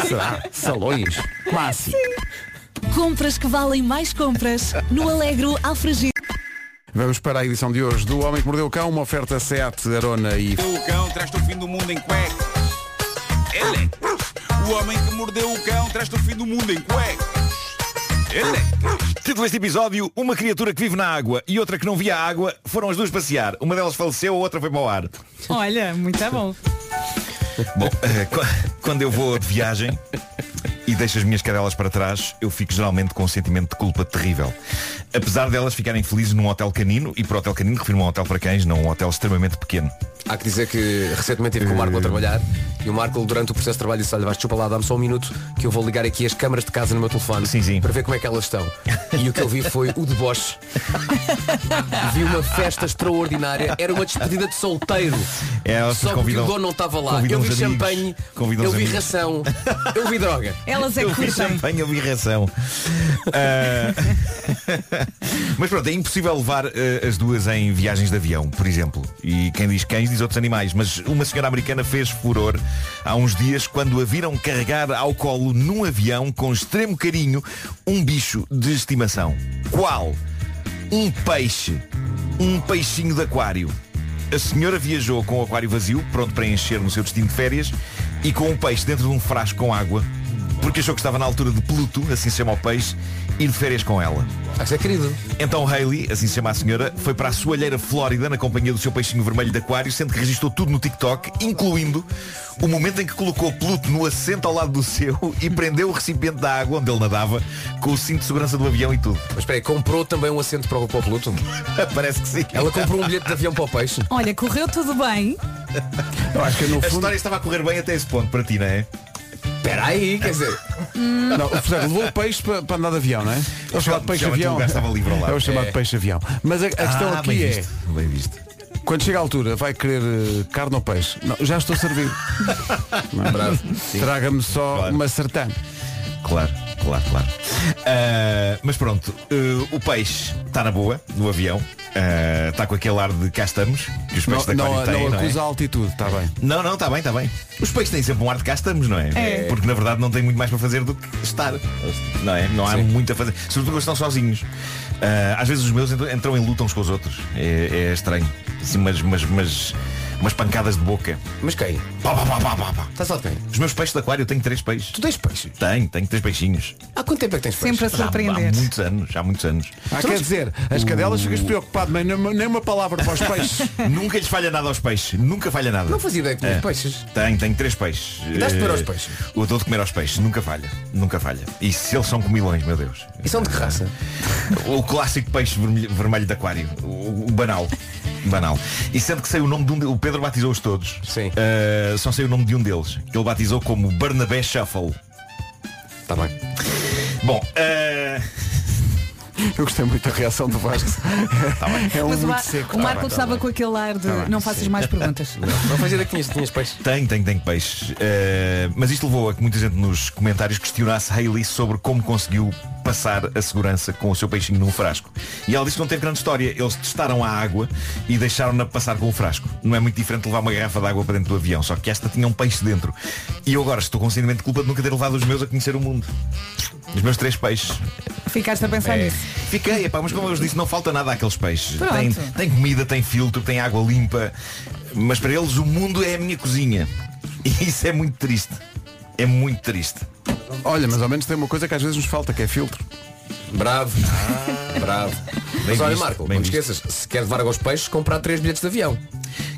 A: Será? salões? Clássico.
J: Compras que valem mais compras. No Alegro Alfragil.
A: Vamos para a edição de hoje do Homem que Mordeu o Cão, uma oferta Seat, Arona e...
K: O cão traz-te o fim do mundo em cueca. Ele. é O homem que mordeu o cão traz-te o fim do mundo em cueca. Ele. é
B: Título deste episódio, uma criatura que vive na água e outra que não via água foram as duas passear. Uma delas faleceu, a outra foi para o ar.
D: Olha, muito bom.
B: Bom, eh, qu- quando eu vou de viagem e deixo as minhas cadelas para trás, eu fico geralmente com um sentimento de culpa terrível. Apesar delas ficarem felizes num hotel canino, e por hotel canino refiro-me a um hotel para cães, não um hotel extremamente pequeno.
E: Há que dizer que recentemente estive com o Marco a trabalhar e o Marco durante o processo de trabalho disse, olha, vais chupa lá, dá-me só um minuto que eu vou ligar aqui as câmaras de casa no meu telefone
B: Sim, sim.
E: para ver como é que elas estão. E o que eu vi foi o deboche. vi uma festa extraordinária, era uma despedida de solteiro.
B: É, elas
E: só
B: convidam-
E: que o dono não estava lá.
B: convidam
E: Eu vi
B: os amigos,
E: champanhe,
B: convidam
E: eu
B: os
E: vi
B: amigos.
E: ração, eu vi droga.
D: Elas é que
B: eu vi
D: curtem.
B: champanhe, eu vi ração. Ah, Mas pronto, é impossível levar eh, as duas em viagens de avião, por exemplo. E quem diz cães diz outros animais. Mas uma senhora americana fez furor há uns dias quando a viram carregar ao colo num avião com extremo carinho um bicho de estimação. Qual? Um peixe. Um peixinho de aquário. A senhora viajou com o aquário vazio, pronto para encher no seu destino de férias, e com um peixe dentro de um frasco com água, porque achou que estava na altura de Pluto, assim se chama o peixe, ir de férias com ela.
E: Ah, isso é querido.
B: Então Hayley, assim se chama a senhora, foi para a soalheira Flórida na companhia do seu peixinho vermelho de aquário, sendo que registrou tudo no TikTok, incluindo o momento em que colocou Pluto no assento ao lado do seu e prendeu o recipiente da água onde ele nadava, com o cinto de segurança do avião e tudo. [laughs]
E: Mas espera aí, comprou também um assento para o, para o Pluto?
B: Parece que sim.
E: Ela comprou um bilhete de avião para o peixe.
D: Olha, correu tudo bem.
A: Eu acho que no
B: A história estava a correr bem até esse ponto para ti, não é?
E: Espera aí, quer dizer,
A: Não, portanto, levou o peixe para, para andar de avião, não é? É o chamado
B: Chama-te
A: peixe-avião.
B: o gajo estava livre ao lado.
A: É o chamado
E: É.
A: peixe-avião. Mas a, a questão
B: Ah,
A: aqui
B: bem
A: é,
B: visto, bem visto.
A: quando chega a altura, vai querer eh, carne ou peixe? Não, já estou servido. é?
E: bravo.
A: Traga-me só
B: Claro.
A: uma sertã.
B: Claro. claro, claro. Ah, mas pronto, eh, o peixe está na boa, no avião. Ah, Está com aquele ar de cá estamos, que os peixes
A: Não,
B: da
A: não,
B: aquário têm,
A: não
B: não é?
A: acusa a altitude, está bem.
B: Não, não, está bem, está bem. Os peixes têm sempre um ar de cá estamos, não é?
A: É.
B: Porque na verdade não têm muito mais para fazer do que estar. Não é? Não há muito a fazer. Sobretudo quando estão sozinhos. Ah, às vezes os meus entram, entram em luta uns com os outros. É, é estranho. Assim, mas, mas, mas, umas pancadas de boca.
E: Mas quem?
B: Pá, pá, pá, pá, pá, pá.
E: Estás lá de quem?
B: Os meus peixes de aquário, eu tenho três peixes. Tu
E: tens peixes?
B: Tenho, tenho três peixinhos.
E: Há quanto tempo é que tens
D: Sempre
B: peixes?
D: a
B: Há- Há,
D: surpreender.
B: muitos anos, há muitos anos.
A: Ah,
L: Então
A: quer dizer, as cadelas ficas preocupado, mas nem uma, nem uma palavra para os peixes. É.
B: nunca lhes falha nada aos peixes. Nunca falha nada.
E: Não fazia ideia que tinhas peixes.
B: Tenho, tenho três peixes.
E: E dás de comer
B: Eh,
E: aos peixes?
B: Eu dou de comer aos peixes. Nunca falha. Nunca falha. E se eles são comilões, meu Deus.
E: E são é um de que raça?
B: O clássico peixe vermelho, vermelho de aquário. O, o banal. Banal. E sendo que sei o nome de um de- O Pedro batizou-os todos.
E: Sim.
B: Eh, só sei o nome de um deles. Que ele batizou como Barnabé Shuffle.
E: Está Tá bem.
B: Bom, eh,
A: Eu gostei muito da reação
B: [laughs]
A: do Vasco.
B: Tá
A: É um
D: Mas o,
A: muito
D: Mar-
A: seco.
D: o Marco estava com aquele ar de não faças mais perguntas.
E: Não fazia ideia que tinhas, tinhas peixes.
B: Tem, tem, tem peixes. Eh, mas isto levou a que muita gente nos comentários questionasse Hayley sobre como conseguiu passar a segurança com o seu peixinho num frasco. E ela disse que não teve grande história. Eles testaram a água e deixaram-na passar com o frasco. Não é muito diferente levar uma garrafa de água para dentro do avião, só que esta tinha um peixe dentro. E eu agora estou com um sentimento de culpa de nunca ter levado os meus a conhecer o mundo. Os meus três peixes.
D: Ficaste a pensar
B: É.
D: nisso.
B: Fiquei, epá, mas como eu vos disse, não falta nada àqueles peixes.
D: Pronto.
B: Tem, tem comida, tem filtro, tem água limpa. Mas para eles o mundo é a minha cozinha. E [laughs] isso é muito triste. É muito triste.
A: Olha, mas ao menos tem uma coisa que às vezes nos falta, que é filtro.
E: Bravo. Bravo. Ah. Mas olha,
B: visto,
E: Marco,
B: bem
E: não te esqueças, se quer levar água aos peixes, comprar três bilhetes de avião.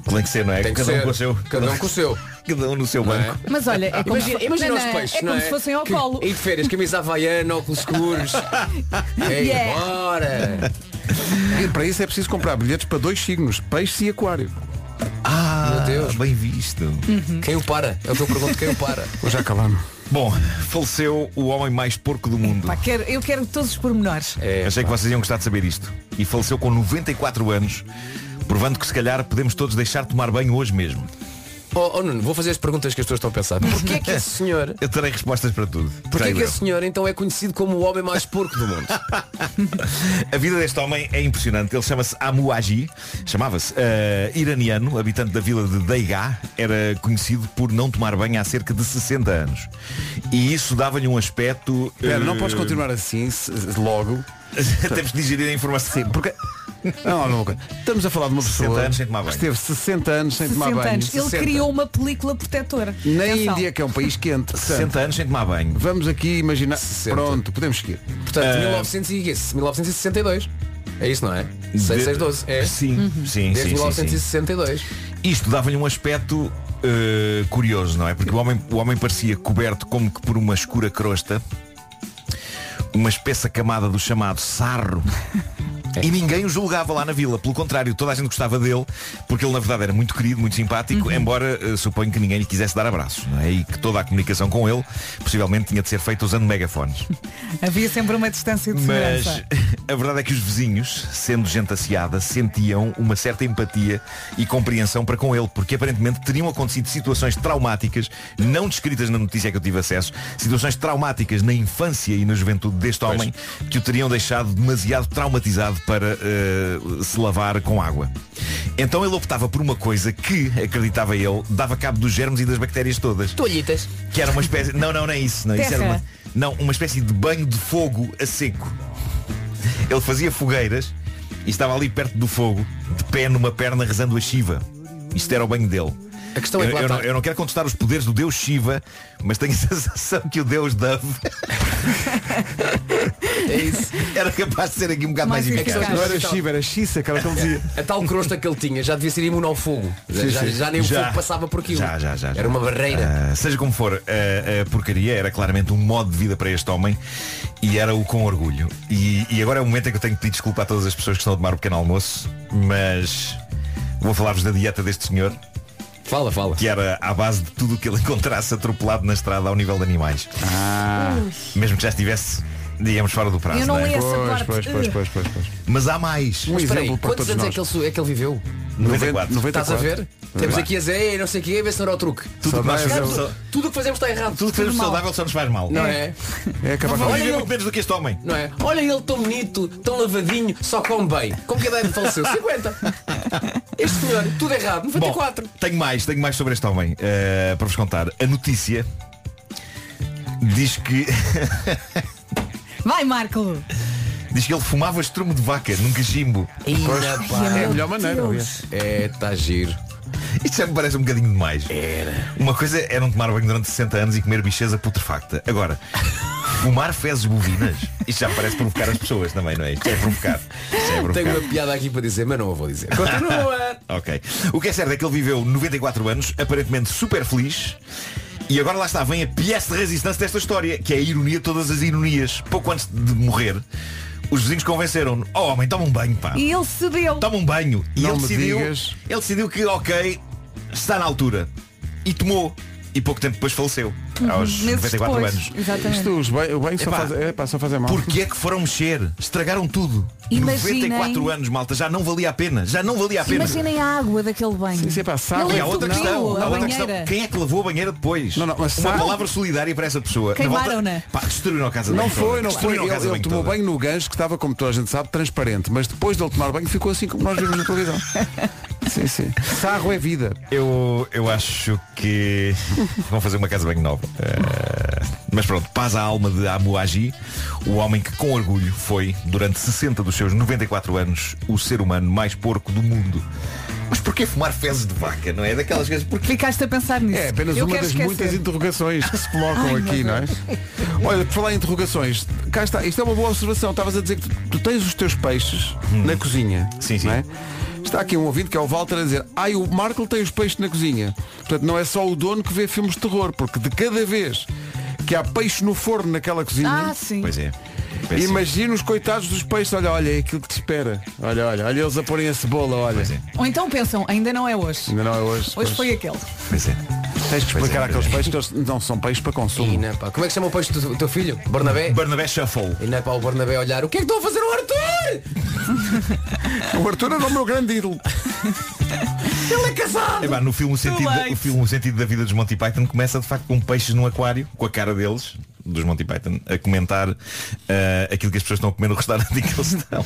B: Tem que ser, não é?
E: Tem que
B: cada
E: ser.
B: um com o seu.
E: Cada um com o seu.
B: Cada um no seu
E: Não é?
B: banco. [laughs]
D: Mas olha, é como,
E: Imagina,
D: se-
E: imagina
D: Não,
E: os
D: não,
E: peixes,
D: é como
E: não
D: se fossem ao
E: Que-
D: colo.
E: E de férias, camisa havaiana, óculos
D: [laughs]
E: escuros. É
D: Yeah.
E: embora.
A: E para isso é preciso comprar bilhetes para dois signos, peixe e aquário.
B: Ah,
E: Meu Deus.
B: bem visto.
E: Quem o para? É o que eu pergunto, quem o para?
A: Vou já calar-me.
B: Bom, faleceu o homem mais porco do mundo.
D: Pá, quero- eu quero todos os pormenores.
E: É,
B: Achei que vocês iam gostar de saber isto. E faleceu com 94 anos, provando que se calhar podemos todos deixar de tomar banho hoje mesmo.
E: Oh, oh, Nuno, vou fazer as perguntas que as pessoas estão a pensar.
D: Uhum.
E: Porquê é que esse senhor...
B: Eu terei respostas para tudo.
E: Porquê é
B: Creio
E: que
B: eu.
E: esse senhor então é conhecido como o homem mais porco do mundo?
B: A vida deste homem é impressionante. Ele chama-se Amuaji, chamava-se eh, iraniano, habitante da vila de Deigá, era conhecido por não tomar banho há cerca de 60 anos. E isso dava-lhe um aspecto. eh,
A: Espera, não podes continuar assim se- se- logo.
B: [laughs] Temos de digerir a informação.
A: Sim, porque. Não, não, não. Estamos a falar de uma
B: 60
A: pessoa
B: anos sem tomar banho.
A: que esteve 60 anos sem tomar
D: 60
A: banho.
D: anos. Ele
A: 60.
D: criou uma película protetora.
A: Na
D: Atenção.
A: Índia, que é um país quente.
B: 60 anos sem tomar banho.
A: Vamos aqui imaginar.
E: 60.
A: Pronto, podemos seguir.
B: Ah.
E: Portanto, 1900 e quê? 1962. É isso, não é?
B: De-
E: 6612. É.
B: Sim, sim,
E: Desde
B: sim, sim, sim.
E: 1962.
B: Isto dava-lhe um aspecto eh, curioso, não é? Porque o homem, o homem parecia coberto como que por uma escura crosta, uma espessa camada do chamado sarro. E ninguém o julgava lá na vila, pelo contrário, toda a gente gostava dele, porque ele na verdade era muito querido, muito simpático, embora eh, suponho que ninguém lhe quisesse dar abraços, não é? E que toda a comunicação com ele possivelmente tinha de ser feita usando megafones.
D: Havia sempre uma distância de
B: Mas [laughs]
D: segurança.
B: a verdade é que os vizinhos, sendo gente aciada, sentiam uma certa empatia e compreensão para com ele, porque aparentemente teriam acontecido situações traumáticas, não descritas na notícia que eu tive acesso, situações traumáticas na infância e na juventude deste homem que o teriam deixado demasiado traumatizado para eh, se lavar com água. Então ele optava por uma coisa que, acreditava ele, dava cabo dos germes e das bactérias todas.
E: Tolhitas.
B: Que era uma espécie. Não, não, não é isso. Não, isso era
D: Terra.
B: uma... não uma espécie de banho de fogo a seco. Ele fazia fogueiras e estava ali perto do fogo, de pé numa perna rezando a Shiva. Isto era o banho dele.
E: A questão é
B: eu,
E: que lá
B: eu não,
E: está.
B: eu não quero contestar os poderes do Deus Shiva, mas tenho a sensação que o Deus Dove
E: É isso.
B: era capaz de ser aqui um bocado mais,
D: Mais
B: eficaz.
D: eficaz.
A: Não era Chiva, era Xissa, aquela que
E: [laughs]
A: ele dizia.
E: A tal crosta que ele tinha já devia ser imune ao fogo. Já,
A: Sim,
E: já-
A: sim.
E: já nem o
B: Já.
E: fogo passava por aquilo.
B: Já, já, já, já.
E: Era uma barreira.
B: Ah, seja como for, ah, a, a porcaria era claramente um modo de vida para este homem e era o com orgulho. E, e agora é o momento em que eu tenho que pedir desculpa a todas as pessoas que estão a tomar o pequeno almoço, mas vou falar-vos da dieta deste senhor,
E: Fala, fala.
B: Ah. que era à base de [laughs] tudo o que ele encontrasse atropelado na estrada ao nível de animais. Mesmo que já estivesse Digamos fora do prazo.
J: Eu não
B: é?
J: li essa Pois, parte. pois, pois, pois,
B: Mas há mais.
A: Um
E: Mas espera aí, quantos anos é que, ele, su- é que ele viveu?
B: 94.
E: Estás a ver? Temos aqui a Zé e não sei o quê, a ver se não era o truque.
B: Tudo que nós
E: Cara,
B: fazemos-
E: tudo- tudo o que fazemos está errado.
B: Tudo que fazemos
E: mal.
B: saudável só nos faz mal.
E: Não é?
A: É
B: acabar
E: Olha
B: com
E: ele.
B: Viver muito menos do que este homem.
E: Não é? Olha ele tão bonito, tão lavadinho, só come bem. Com que idade faleceu? 50. Este senhor, tudo errado. 94.
B: Bom, tenho mais, tenho mais sobre este homem eh, para vos contar. A notícia diz que [laughs]
J: Vai, Marco!
B: diz que ele fumava estrumo de vaca num cachimbo.
E: Pois,
J: Ai, meu
E: aliás.
J: Deus.
E: É, está giro.
B: Isto já me parece um bocadinho demais. Uma coisa é não tomar banho durante 60 anos e comer bicheza putrefacta. Agora, fumar fezes bovinas, isto já parece provocar as pessoas também, não é? Isto é provocar. Isto é provocar.
E: Tenho uma piada aqui para dizer, mas não a vou dizer. Continua.
B: Ok. O que é certo é que ele viveu 94 anos, aparentemente super feliz. E agora lá está, vem a pièce de resistência desta história, que é a ironia de todas as ironias. Pouco antes de morrer, os vizinhos convenceram-no, oh homem, toma um banho, pá.
J: E ele cedeu.
B: Toma um banho. E
A: Não
B: ele
A: me
B: decidiu,
A: digas.
B: ele decidiu que, ok, está na altura. E tomou. E pouco tempo depois faleceu.
J: Uhum.
B: Aos
D: Meses
B: 94
D: depois.
B: anos.
D: Exatamente.
A: Isto, os bem- o bem só
B: Epá.
A: faz, epá, só fazem mal.
B: Porquê é que foram mexer? Estragaram tudo.
J: Imaginem.
B: 94 anos, malta, já não valia a pena. Já não valia a pena.
J: Imaginem a água daquele banho.
A: Isso é pá, sal.
J: Ele
B: E há outra
J: entupiu
B: questão,
J: a
B: há outra questão.
J: banheira.
B: Quem é que lavou a banheira depois?
A: Não, não, mas
B: Uma
A: sabe-
B: polidária solidária para essa pessoa. Na
J: Queimaram-na.
B: volta- Pá, destruíram a casa
A: Não
B: dele toda.
A: foi, não foi.
B: Destruíram a
A: Ele,
B: casa
A: ele
B: dele
A: tomou
B: toda.
A: banho no gancho que estava, como toda a gente sabe, transparente. Mas depois de ele tomar banho ficou assim como nós vimos na televisão. [laughs] sim, sim. Sarro é vida.
B: Eu, eu acho que [laughs] vão fazer uma casa bem nova. Eh, mas pronto, paz à alma de Abu Agi, o homem que com orgulho foi, durante 60 dos seus 94 anos, o ser humano mais porco do mundo. Mas porquê fumar fezes de vaca, não é? Daquelas coisas. Porquê?
D: Ficaste a pensar nisso.
A: É apenas
D: Eu
A: uma
D: quero
A: das
D: esquecer.
A: muitas interrogações que se colocam aqui, não é? Olha, por falar em interrogações, cá está, isto é uma boa observação. Estavas a dizer que tu, tu tens os teus peixes na cozinha.
B: Sim, sim.
A: não é? Está aqui um ouvinte que é o Walter a dizer, ai, o Marco tem os peixes na cozinha. Portanto, não é só o dono que vê filmes de terror, porque de cada vez que há peixe no forno naquela cozinha,
D: Ah, sim.
B: Pois é. Péssimo.
A: imagina os coitados dos peixes, olha, olha, é aquilo que te espera. Olha, olha, olha eles a porem a cebola, olha.
B: Pois é,
D: Ou então pensam, ainda não é hoje.
A: Ainda não é hoje.
D: Hoje
A: pois.
D: foi aquele.
B: pois é.
A: Tens que
B: Pois
A: explicar
B: é,
A: àqueles
B: pois
A: peixes que eles não são peixes para consumo.
E: Ina, pá. Como é que chama o peixe do do teu filho? Bernabé?
B: Bernabé Shuffle.
E: Ina, pá, o Bernabé a olhar. O que é que estou a fazer ao Arthur?
A: O Arthur era o meu grande ídolo.
E: Ele é casado.
B: É pá, no filme o sentido, da,
D: late.
B: o filme O Sentido da Vida dos Monty Python começa de facto com peixes num aquário, com a cara deles, dos Monty Python, a comentar eh, aquilo que as pessoas estão a comer no [laughs] restaurante em que eles estão.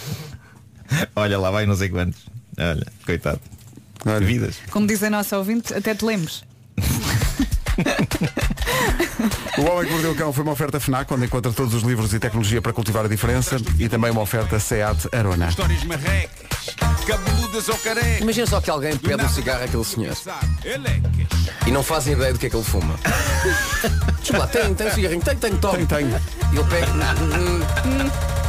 B: Olha, lá vai não sei quantos. Olha, coitado.
A: Olha.
B: Vidas.
D: Como diz a nossa ouvinte, até te lemos.
A: O Homem que Mordeu o Cão foi uma oferta FNAC, onde encontra todos os livros e tecnologia para cultivar a diferença e também uma oferta SEAT Arona.
K: Histórias marrecas, cabeludas ou carecas.
E: Imagina só que alguém pede um cigarro àquele senhor
K: Elecas.
E: e não fazem ideia do que é que ele [laughs] fuma. Desculpa, lá, tem, tem um cigarrinho, tem, tem, toma.
A: Tenho, tenho.
E: E ele pega. Hum, hum, hum.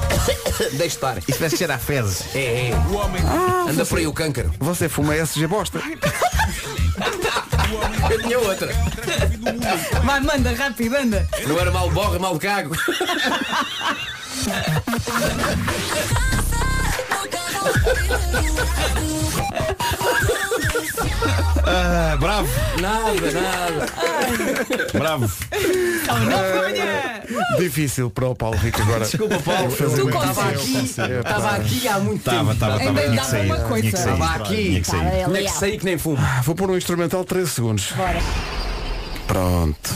E: Deixa estar.
B: Isso parece cheirar a fezes.
E: É, é.
K: O homem,
E: Anda por aí o câncer.
A: Você fuma SG bosta.
E: Eu tinha outra.
K: traz o fim do mundo em cuecas.
D: Vai, manda, rápido, anda.
E: Não era mal borra, mal [laughs] cago.
B: Ah, bravo,
E: Nada, nada.
B: bravo.
A: Difícil para o Paulo Rico agora. um
E: Desculpa, Paulo.
A: Tu
E: Eu
A: consegues.
E: Estava aqui, Tá
A: Eu consigo.
E: estava aqui há muito
B: Estava,
E: tempo.
B: estava,
D: Ainda
B: estava. Tinha
D: dava
B: que sair.
D: uma coisa.
B: Tinha que sair.
E: Estava
B: Tinha
E: aqui.
B: que sair.
E: Tinha é que sair que nem fumo.
A: Vou pôr um instrumental de 13 segundos. Pronto.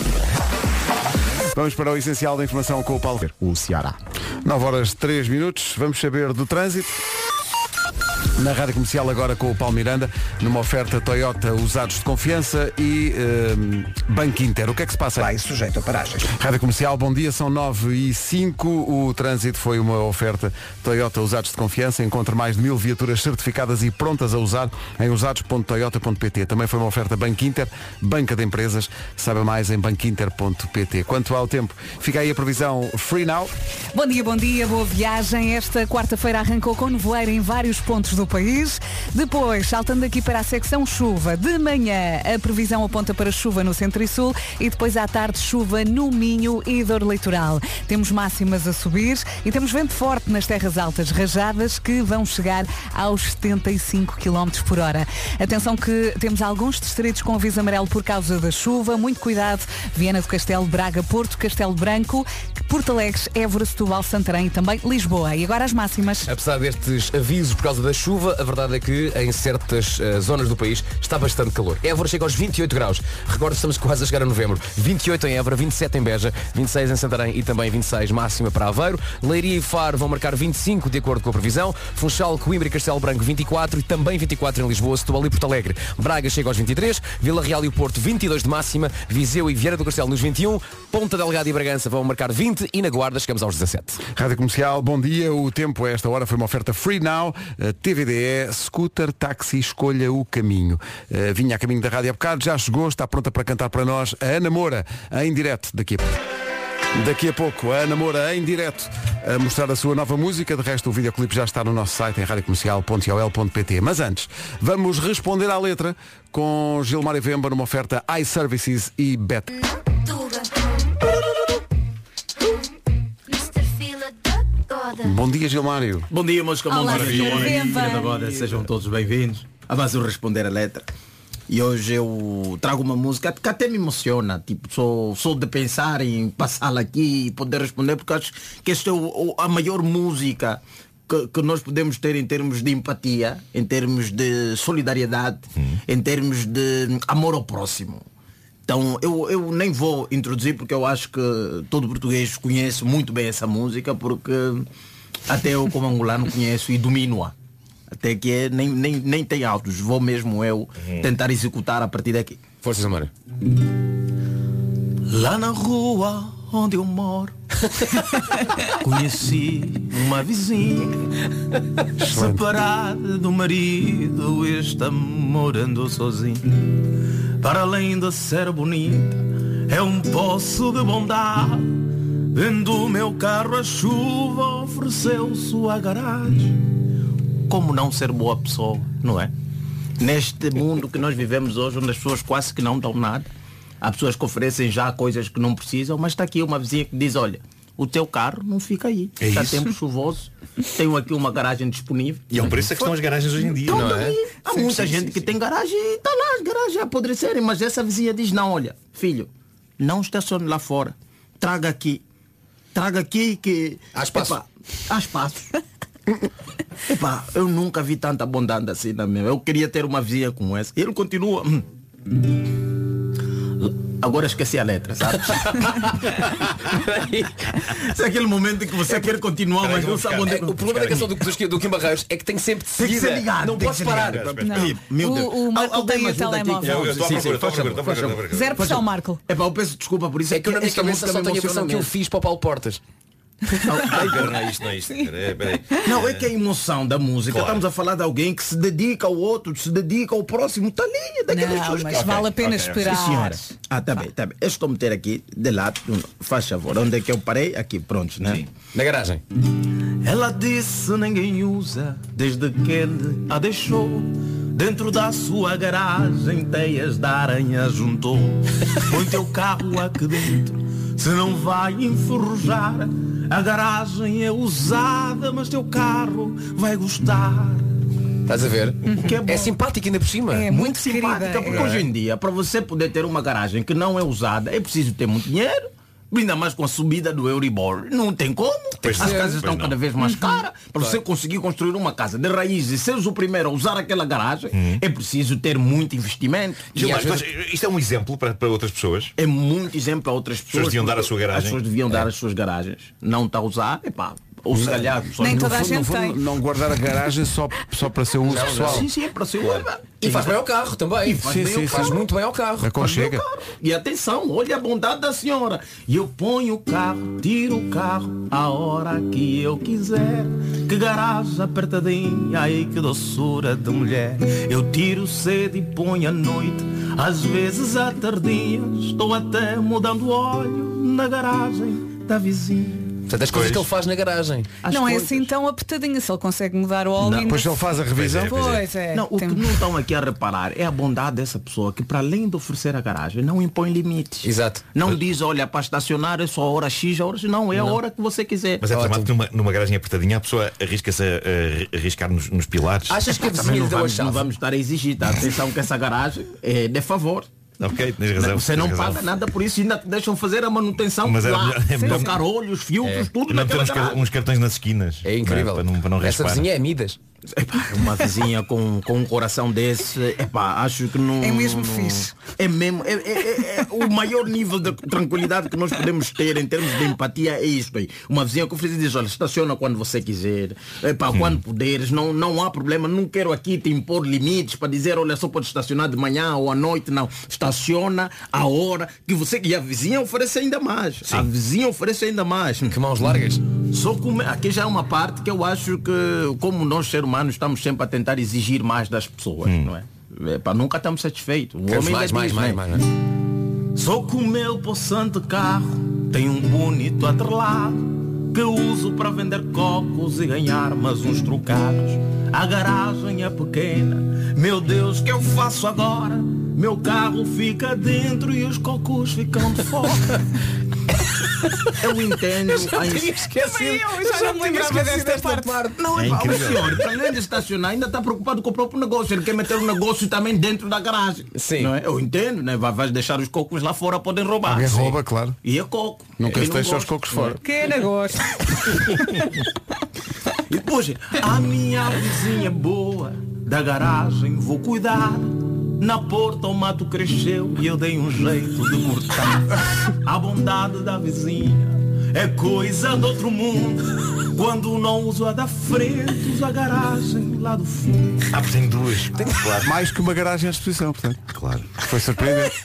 A: Vamos para o essencial da informação com o Paulo Rico.
L: O Ceará.
A: 9 horas 3 minutos. Vamos saber do trânsito. Na Rádio Comercial agora com o Paulo Miranda, numa oferta Toyota usados de confiança e hum, Banco Inter. O que é que se passa aí?
C: Vai sujeito a paragens.
A: Rádio Comercial, bom dia, são 9 e 5. O trânsito foi uma oferta Toyota Usados de Confiança. Encontre mais de mil viaturas certificadas e prontas a usar em usados.toyota.pt. Também foi uma oferta Banco Inter, banca de empresas. Saiba mais em banquinter.pt. Quanto ao tempo, fica aí a previsão Free Now.
D: Bom dia, bom dia, boa viagem. Esta quarta-feira arrancou com nevoeiro em vários pontos do país. Depois, saltando aqui para a secção chuva, de manhã a previsão aponta para chuva no centro e sul e depois à tarde chuva no Minho e dor litoral. Temos máximas a subir e temos vento forte nas terras altas rajadas que vão chegar aos 75 km por hora. Atenção que temos alguns distritos com aviso amarelo por causa da chuva. Muito cuidado. Viana do Castelo, Braga, Porto, Castelo Branco, Porto Alegre, Évora, Setúbal, Santarém e também Lisboa. E agora as máximas.
E: Apesar destes avisos por causa da chuva, a verdade é que em certas eh, zonas do país está bastante calor. Évora chega aos 28 graus. Recordo, estamos quase a chegar a novembro. 28 em Évora, 27 em Beja, 26 em Santarém e também 26 máxima para Aveiro. Leiria e Faro vão marcar 25 de acordo com a previsão. Funchal, Coimbra e Castelo Branco 24 e também 24 em Lisboa, Setúbal e Porto Alegre. Braga chega aos 23, Vila Real e o Porto 22 de máxima, Viseu e Vieira do Castelo nos 21, Ponta Delgada e Bragança vão marcar 20 e na Guarda chegamos aos 17.
A: Rádio Comercial, bom dia. O tempo a esta hora foi uma oferta Free Now, eh, TVDE, Scooter, Táxi, Escolha o Caminho. Eh, Vinha a caminho da Rádio há bocado, já chegou, está pronta para cantar para nós a Ana Moura, em direto daqui a pouco. Daqui a pouco, a Ana Moura em direto a mostrar a sua nova música. De resto, o videoclipe já está no nosso site em radiocomercial.ol.pt. Mas antes, vamos responder à letra com Gilmar e Vemba numa oferta iServices e Bet. Bom dia, Gilmário.
L: Bom dia, meus
A: Olá,
L: camaradas.
A: Sr. Vemba.
L: Agora sejam todos bem-vindos. A mais um responder a letra. E hoje eu trago uma música que até me emociona, tipo, só, só de pensar em passá-la aqui e poder responder, porque acho que esta é o- o- a maior música que, que nós podemos ter em termos de empatia, em termos de solidariedade,
B: Uhum.
L: em termos de amor ao próximo. Então eu, eu nem vou introduzir porque eu acho que todo português conhece muito bem essa música porque até eu como
B: [laughs]
L: angolano conheço e domino-a. Até que é, nem, nem, nem tem autos. Vou mesmo eu
B: Uhum.
L: tentar executar a partir daqui.
E: Forças, Amaro.
L: Lá na rua onde eu moro Conheci uma vizinha Separada do marido Está morando sozinha Para além de ser bonita É um poço de bondade Vendo o meu carro à chuva Ofereceu sua garagem Como não ser boa pessoa, não é? Neste mundo que nós vivemos hoje Onde as pessoas quase que não dão nada Há pessoas que oferecem já coisas que não precisam, mas está aqui uma vizinha que diz, olha, o teu carro não fica aí.
B: É
L: está
B: isso?
L: tempo chuvoso, tenho aqui uma garagem disponível.
B: E é o preço a que estão as garagens hoje em dia,
L: Então,
B: não é?
L: daí, Há
B: Sim,
L: muita
B: sim,
L: gente
B: sim,
L: que tem garagem e está lá as garagens a apodrecerem, mas essa vizinha diz, não, olha, filho, não estacione lá fora, traga aqui. Traga aqui que. Há espaço. Epá, há espaço. [laughs] Epá, eu nunca vi tanta bondade assim na minha. Eu queria ter uma vizinha como essa. E ele continua. hum. Agora esqueci a letra, sabe? Isso [laughs] é aquele momento em que você quer continuar, mas não sabe
E: É,
L: onde
E: o problema da canção do, do, do Kim Barreiros é que tem sempre de
L: Tem que
E: seguida.
L: ser ligado.
E: não
L: tem
E: posso
L: que ser
E: parar.
L: ligado.
E: Não.
L: Ei, Meu
E: O-
L: Deus.
E: o Marco
L: Al- alguém
E: tem o
L: me ajuda aqui.
E: telemóvel. Eu- eu estou à
L: é Sim,
E: procura,
L: sim,
E: estou à
L: faz
E: procura, estou
L: favor,
E: à procura,
L: faz
E: estou à
L: favor.
E: procura. Zero pressão,
L: Faz favor.
D: Marco.
L: É pá, eu peço desculpa por isso.
E: É que eu na minha
L: Esta
E: cabeça
L: música
E: só
L: me
E: tenho a versão
L: emociona
E: que eu
L: mesmo.
E: fiz para o Paulo Portas.
B: Não é isto, não é isto. Peraí, peraí.
L: Não, é que a emoção da música.
B: Claro.
L: Estamos a falar de alguém que se dedica ao outro, se dedica ao próximo. Está ali, daquelas
D: Não,
L: pessoas
D: mas
L: que-
D: vale a pena
L: Sim,
D: esperar.
L: senhora. Ah, tá bem, tá bem. Eu estou a meter aqui de lado. um, Faz favor. Onde é que eu parei? Aqui, pronto, né?
E: Na garagem.
L: Ela disse ninguém usa desde que ele a deixou. Dentro da sua garagem teias da aranha [laughs] juntou. Põe teu carro aqui dentro, se não vai enferrujar. A garagem é usada, mas teu carro vai gostar.
E: Estás a ver?
L: Que é, bom.
E: É simpática ainda por cima.
L: É muito simpática, porque
E: É.
L: hoje em dia, para você poder ter uma garagem que não é usada, é preciso ter muito dinheiro. Ainda mais com a subida do Euribor. Não tem como.
B: Pois
L: As
B: é,
L: casas
B: pois
L: estão
B: não.
L: cada vez mais caras. Para
B: Claro.
L: você conseguir construir uma casa de raiz e seres o primeiro a usar aquela garagem,
B: Uhum.
L: é preciso ter muito investimento.
B: Gilmar, tu achas- isto é um exemplo para, para outras pessoas.
L: É muito exemplo a outras pessoas.
B: deviam dar a sua garagem. É.
L: As pessoas deviam dar as suas garagens. Não está a usar, epá. Ou se calhar, só-
A: No fundo, no fundo, Não guardar a garagem só, só para seu uso pessoal.
L: Sim, sim, é para ser
E: E faz bem ao carro também.
L: E faz
A: Sim,
L: bem
A: sim,
L: ao
A: sim.
L: carro.
E: Muito bem ao carro.
A: Aconchega.
L: Mas, meu caro, E atenção, olha a bondade da senhora. E eu ponho o carro, tiro o carro, a hora que eu quiser. Que garagem apertadinha, aí que doçura de mulher. Eu tiro cedo e ponho à noite, às vezes à tardinha. Estou até mudando óleo na garagem da vizinha.
E: Portanto, as coisas que ele faz na garagem.
D: não é assim tão apertadinha se ele consegue mudar o óleo. ainda- Pois é.
L: Não, o que
D: tem-
L: não estão aqui a reparar é a bondade dessa pessoa que, para além de oferecer a garagem, não impõe limites.
E: Exato.
L: Não diz, olha, para estacionar é só a hora X, a hora X. Não, é a
B: Não.
L: hora que você quiser.
B: Mas é tramado que numa, numa garagem apertadinha a pessoa arrisca-se a, a arriscar nos, nos pilares.
L: Ah, Também não vamos, não vamos estar a exigir, tá? Atenção que essa garagem é de favor.
B: Ok, tens razão.
L: Você não
B: tens razão.
L: paga nada por isso, ainda te deixam fazer a manutenção
B: Mas era
L: lá.
B: melhor- é melhor-
L: Trocar olhos, filtros, tudo
B: Não ter
L: naquela
B: uns, ca-
L: garagem.
B: uns cartões nas esquinas. né?
E: É incrível.
B: Para não, para não
E: Essa
B: raspar.
E: vizinha é Midas.
L: Uma vizinha com, com um coração desse, epá, acho que não.
D: É mesmo
L: não-
D: fixe.
L: É mesmo. É, é- é- é o maior nível de tranquilidade que nós podemos ter em termos de empatia é isto aí. Uma vizinha que oferece e diz, olha, estaciona quando você quiser, epá, quando puderes, não, não há problema, não quero aqui te impor limites para dizer, olha, só pode estacionar de manhã ou à noite, não. Estaciona a hora que você. E a vizinha oferece ainda mais. A vizinha oferece ainda mais. Que
E: mãos largas.
L: Só como aqui já é uma parte que eu acho que, como nós seres humanos, estamos sempre a tentar exigir mais das pessoas, não é? Epá, nunca estamos satisfeitos. O
E: Queremos
L: homem
E: mais,
L: ainda
E: mais,
L: diz,
E: mais,
L: né?
E: mais, mais.
L: Sou com o meu possante carro, tenho um bonito atrelado que uso para vender cocos e ganhar mais um uns trocados. A garagem é pequena, meu Deus, que eu faço agora? Meu carro fica dentro e os cocos ficam de fora. Eu entendo a ins-
E: esquecido.
D: eu já não me lembrava desta parte.
L: não,
B: É
L: é pá, o
B: incrível.
L: senhor, para além de estacionar, ainda está preocupado com o próprio negócio. Ele quer meter o negócio também dentro da garagem.
E: Sim.
L: Não é? Eu entendo, né? Vai, vai deixar os cocos lá fora, podem roubar.
A: Alguém
L: Sim.
A: rouba, claro.
L: E é coco.
A: Nunca
L: Quem
A: se
L: não
A: deixa os
L: gosta,
A: cocos
L: não é?
A: fora.
D: Que negócio.
L: [laughs] E depois, a minha vizinha boa da garagem vou cuidar. Na porta o mato cresceu e eu dei um jeito de cortar. A bondade da vizinha é coisa do outro mundo. Quando não uso a da frente, uso a garagem lá do fundo.
B: Ah, tem duas. Claro.
A: Mais que uma garagem à disposição, portanto.
B: claro.
A: Foi surpreendente.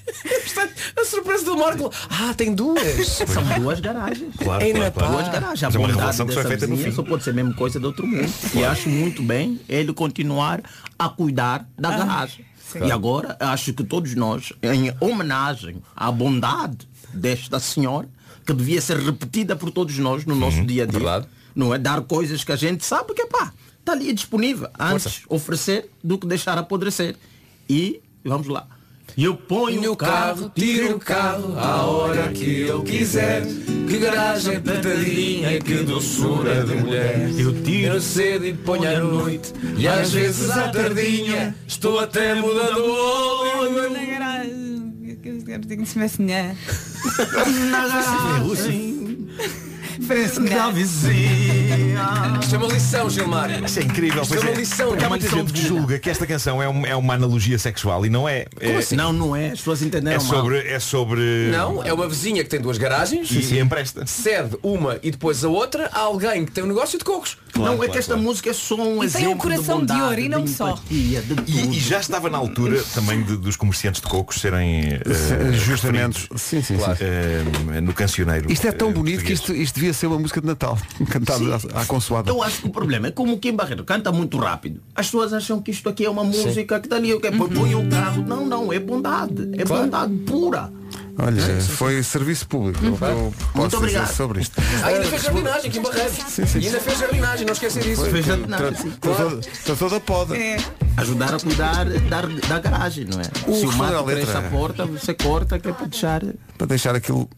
E: A surpresa do Marco. Ah, tem duas.
L: São duas garagens.
B: Claro,
E: Em
B: claro, claro.
L: Duas garagens. A
B: Mas é uma
L: bondade
B: relação que só é
L: Ah, dessa
B: feita no
L: vizinha
B: fim.
L: só pode ser mesmo coisa do outro mundo. E acho muito bem ele continuar a cuidar da
D: Ah,
L: garagem. E agora acho que todos nós, em homenagem à bondade desta senhora, que devia ser repetida por todos nós no nosso dia a dia.
E: verdade.
L: Não é dar coisas que a gente sabe que pá, está ali disponível. Antes oferecer do que deixar apodrecer. E vamos lá. Eu ponho
E: Ponho
L: o carro,
E: tiro o carro a hora que eu quiser. Que garagem apertadinha e que doçura de mulher.
L: eu tiro
E: Eu cedo e ponho à noite E às vezes à tardinha Estou até mudando o óleo
D: Na garagem. Que se tivesse dinheiro.
L: na garagem.
D: Parece
L: da
D: dinheiro.
L: vizinha.
E: Isto é uma lição, Gilmar
B: Isso é incrível.
E: Isto
B: pois
E: é uma
B: é.
E: lição,
B: Porque
E: é
B: há
E: uma
B: muita
E: lição
B: gente que
E: de vida.
B: julga que esta canção é, um- é uma analogia sexual e não é. É,
L: Não, não é. As pessoas entenderam
B: é
L: mal.
B: sobre. É sobre.
E: Não, é uma vizinha que tem duas garagens
B: E, e empresta.
E: Cede uma e depois a outra A alguém que tem um negócio de cocos
L: não,
B: Claro,
L: é que
B: claro,
L: esta
B: claro.
L: música é só um
D: E tem um
L: exemplo
D: coração de
L: de, bondade,
D: ouro, e não
L: de
D: só.
L: empatia, de tudo.
B: E, e já estava na altura também de- dos comerciantes de cocos serem
A: [laughs]
B: eh,
A: Justamente. Sim, sim, sim.
B: eh, no cancioneiro.
A: Isto é tão
B: eh,
A: bonito que
B: português.
A: isto, isto devia ser uma música de Natal, [laughs] cantada à, à consoada.
L: Eu acho que o problema é como o Kim Barreiro canta muito rápido. As pessoas acham que isto aqui é uma música que está ali, que é põe o carro. Não, não, é bondade. É bondade pura.
A: Olha,
D: É,
A: foi serviço público.
D: Uhum.
A: Eu- Eu posso dizer
L: obrigado.
A: sobre isto.
E: Ah, ainda fez jardinagem aqui em Barreiros
A: sim.
E: E ainda fez jardinagem, não esquecer disso
L: Veja de nada.
A: Estou toda poda.
D: É.
L: Ajudar a cuidar da, da
J: Uhum.
L: garagem, não é?
A: O
L: Se
A: que
L: o
A: foi a
L: mato
A: letra?
L: cresce a porta, você corta, que é para deixar.
A: Para deixar aquilo.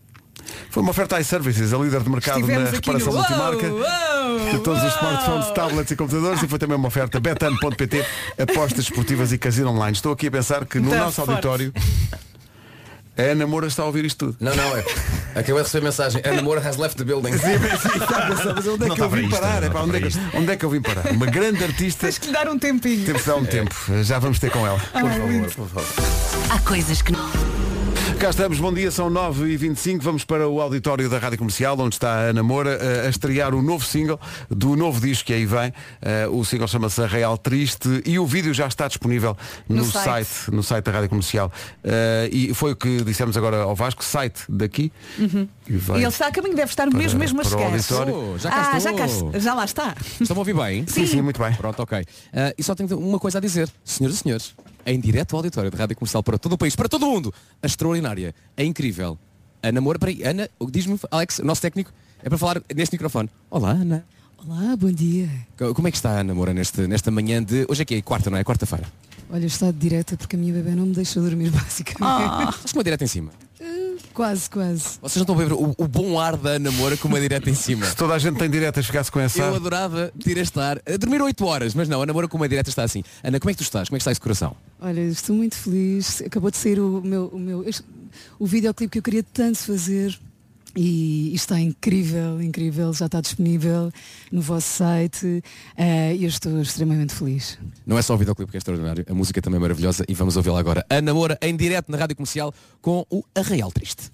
A: Foi uma oferta iServices, a líder de mercado
D: Estivemos
A: na
D: aqui
A: reparação
D: no-
A: multimarca.
D: Uou, uou,
A: de todos os
D: uou.
A: smartphones, tablets e computadores e foi também uma oferta betano.pt, apostas esportivas e casino online. Estou aqui a pensar que no
D: Tá
A: nosso
D: forte.
A: auditório a Ana Moura está a ouvir isto tudo.
E: Não, não, é Acabei de receber mensagem Ana Moura has left the building
A: Mas onde é
B: Não
A: que eu
B: está para
A: vim
B: isto,
A: parar?
B: não
A: Epá,
B: está
A: onde, é
B: para
A: que, onde é que eu vim parar? Uma grande artista,
D: Tens que lhe dar um tempinho.
A: temos de dar um tempo. Já vamos ter com ela.
J: Há coisas que não.
A: Cá estamos, bom dia, são 9h25, vamos para o auditório da Rádio Comercial, onde está a Ana Moura eh, a estrear o novo single do novo disco que aí vem. Eh, O single chama-se Real Triste e o vídeo já está disponível no,
D: No
A: site.
D: site.
A: no site da Rádio Comercial. Eh, E foi o que dissemos agora ao Vasco, site daqui. Uhum. E vai
D: E ele está a caminho, deve estar mesmo, mesmo a
A: para o
D: chegar.
A: auditório.
E: Oh, já cá
D: Ah, já,
E: estou.
D: cá, já lá está.
E: Estão a ouvir bem?
A: Sim, sim, muito bem.
E: Pronto, ok. Ah, e só tenho uma coisa a dizer, senhoras e senhores, em direto ao auditório de Rádio Comercial para todo o país, para todo o mundo, a extraordinária, a incrível, Ana Moura, peraí, Ana, o que diz-me, Alex, o nosso técnico, é para falar neste microfone. Olá, Ana.
M: Olá, bom dia.
E: Co- Como é que está a Ana Moura neste, nesta manhã de... Hoje é que é quarta, não é? Quarta-feira.
D: Ah.
M: Olha, eu estou de direta porque a minha bebê não me deixa dormir, [laughs] basicamente.
E: Estás com uma direta em cima.
M: Eh,
J: Quase, quase.
E: Vocês não estão a ver o, o bom ar da Ana Moura com uma direta em cima.
A: Se toda a gente tem direta, chegasse com essa.
E: Eu adorava ter este ar. A dormir 8 horas, mas não, a Ana Moura com uma direta está assim. Ana, como é que tu estás? Como é que está esse coração?
J: Olha, estou muito feliz. Acabou de sair o meu, o meu este- o videoclipe que eu queria tanto fazer. E está incrível, incrível, já está disponível no vosso site eh, e eu estou extremamente feliz.
E: Não é só o videoclipe que é extraordinário, a música também é maravilhosa e vamos ouvi-la agora. Ana Moura em direto na Rádio Comercial com o Arraial Triste.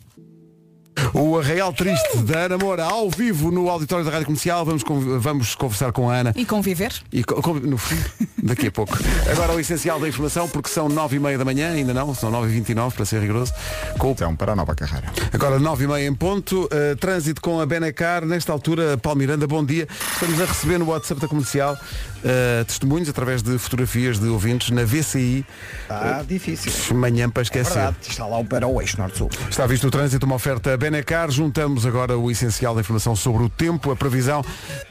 A: O Arraial Triste da Ana Moura, ao vivo no auditório da Rádio Comercial. Vamos, con- vamos conversar com a Ana.
D: E conviver?
A: E co- co- no fim, daqui a pouco. Agora o essencial da informação, porque são 9h30 da manhã, ainda não, são 9h29 para ser rigoroso. Com... Então, para a nova carreira. Agora 9h30 em ponto, eh, trânsito com a Benacar, nesta altura, Paulo Miranda, bom dia. Estamos a receber no WhatsApp da comercial eh, testemunhos através de fotografias de ouvintes na VCI.
C: Ah,
A: Eh,
C: difícil.
A: Manhã para
C: É
A: esquecer.
C: verdade, está
A: um
C: lá o para o eixo norte-sul.
A: Está visto o trânsito, uma oferta Benacar. Juntamos agora o essencial da informação sobre o tempo, a previsão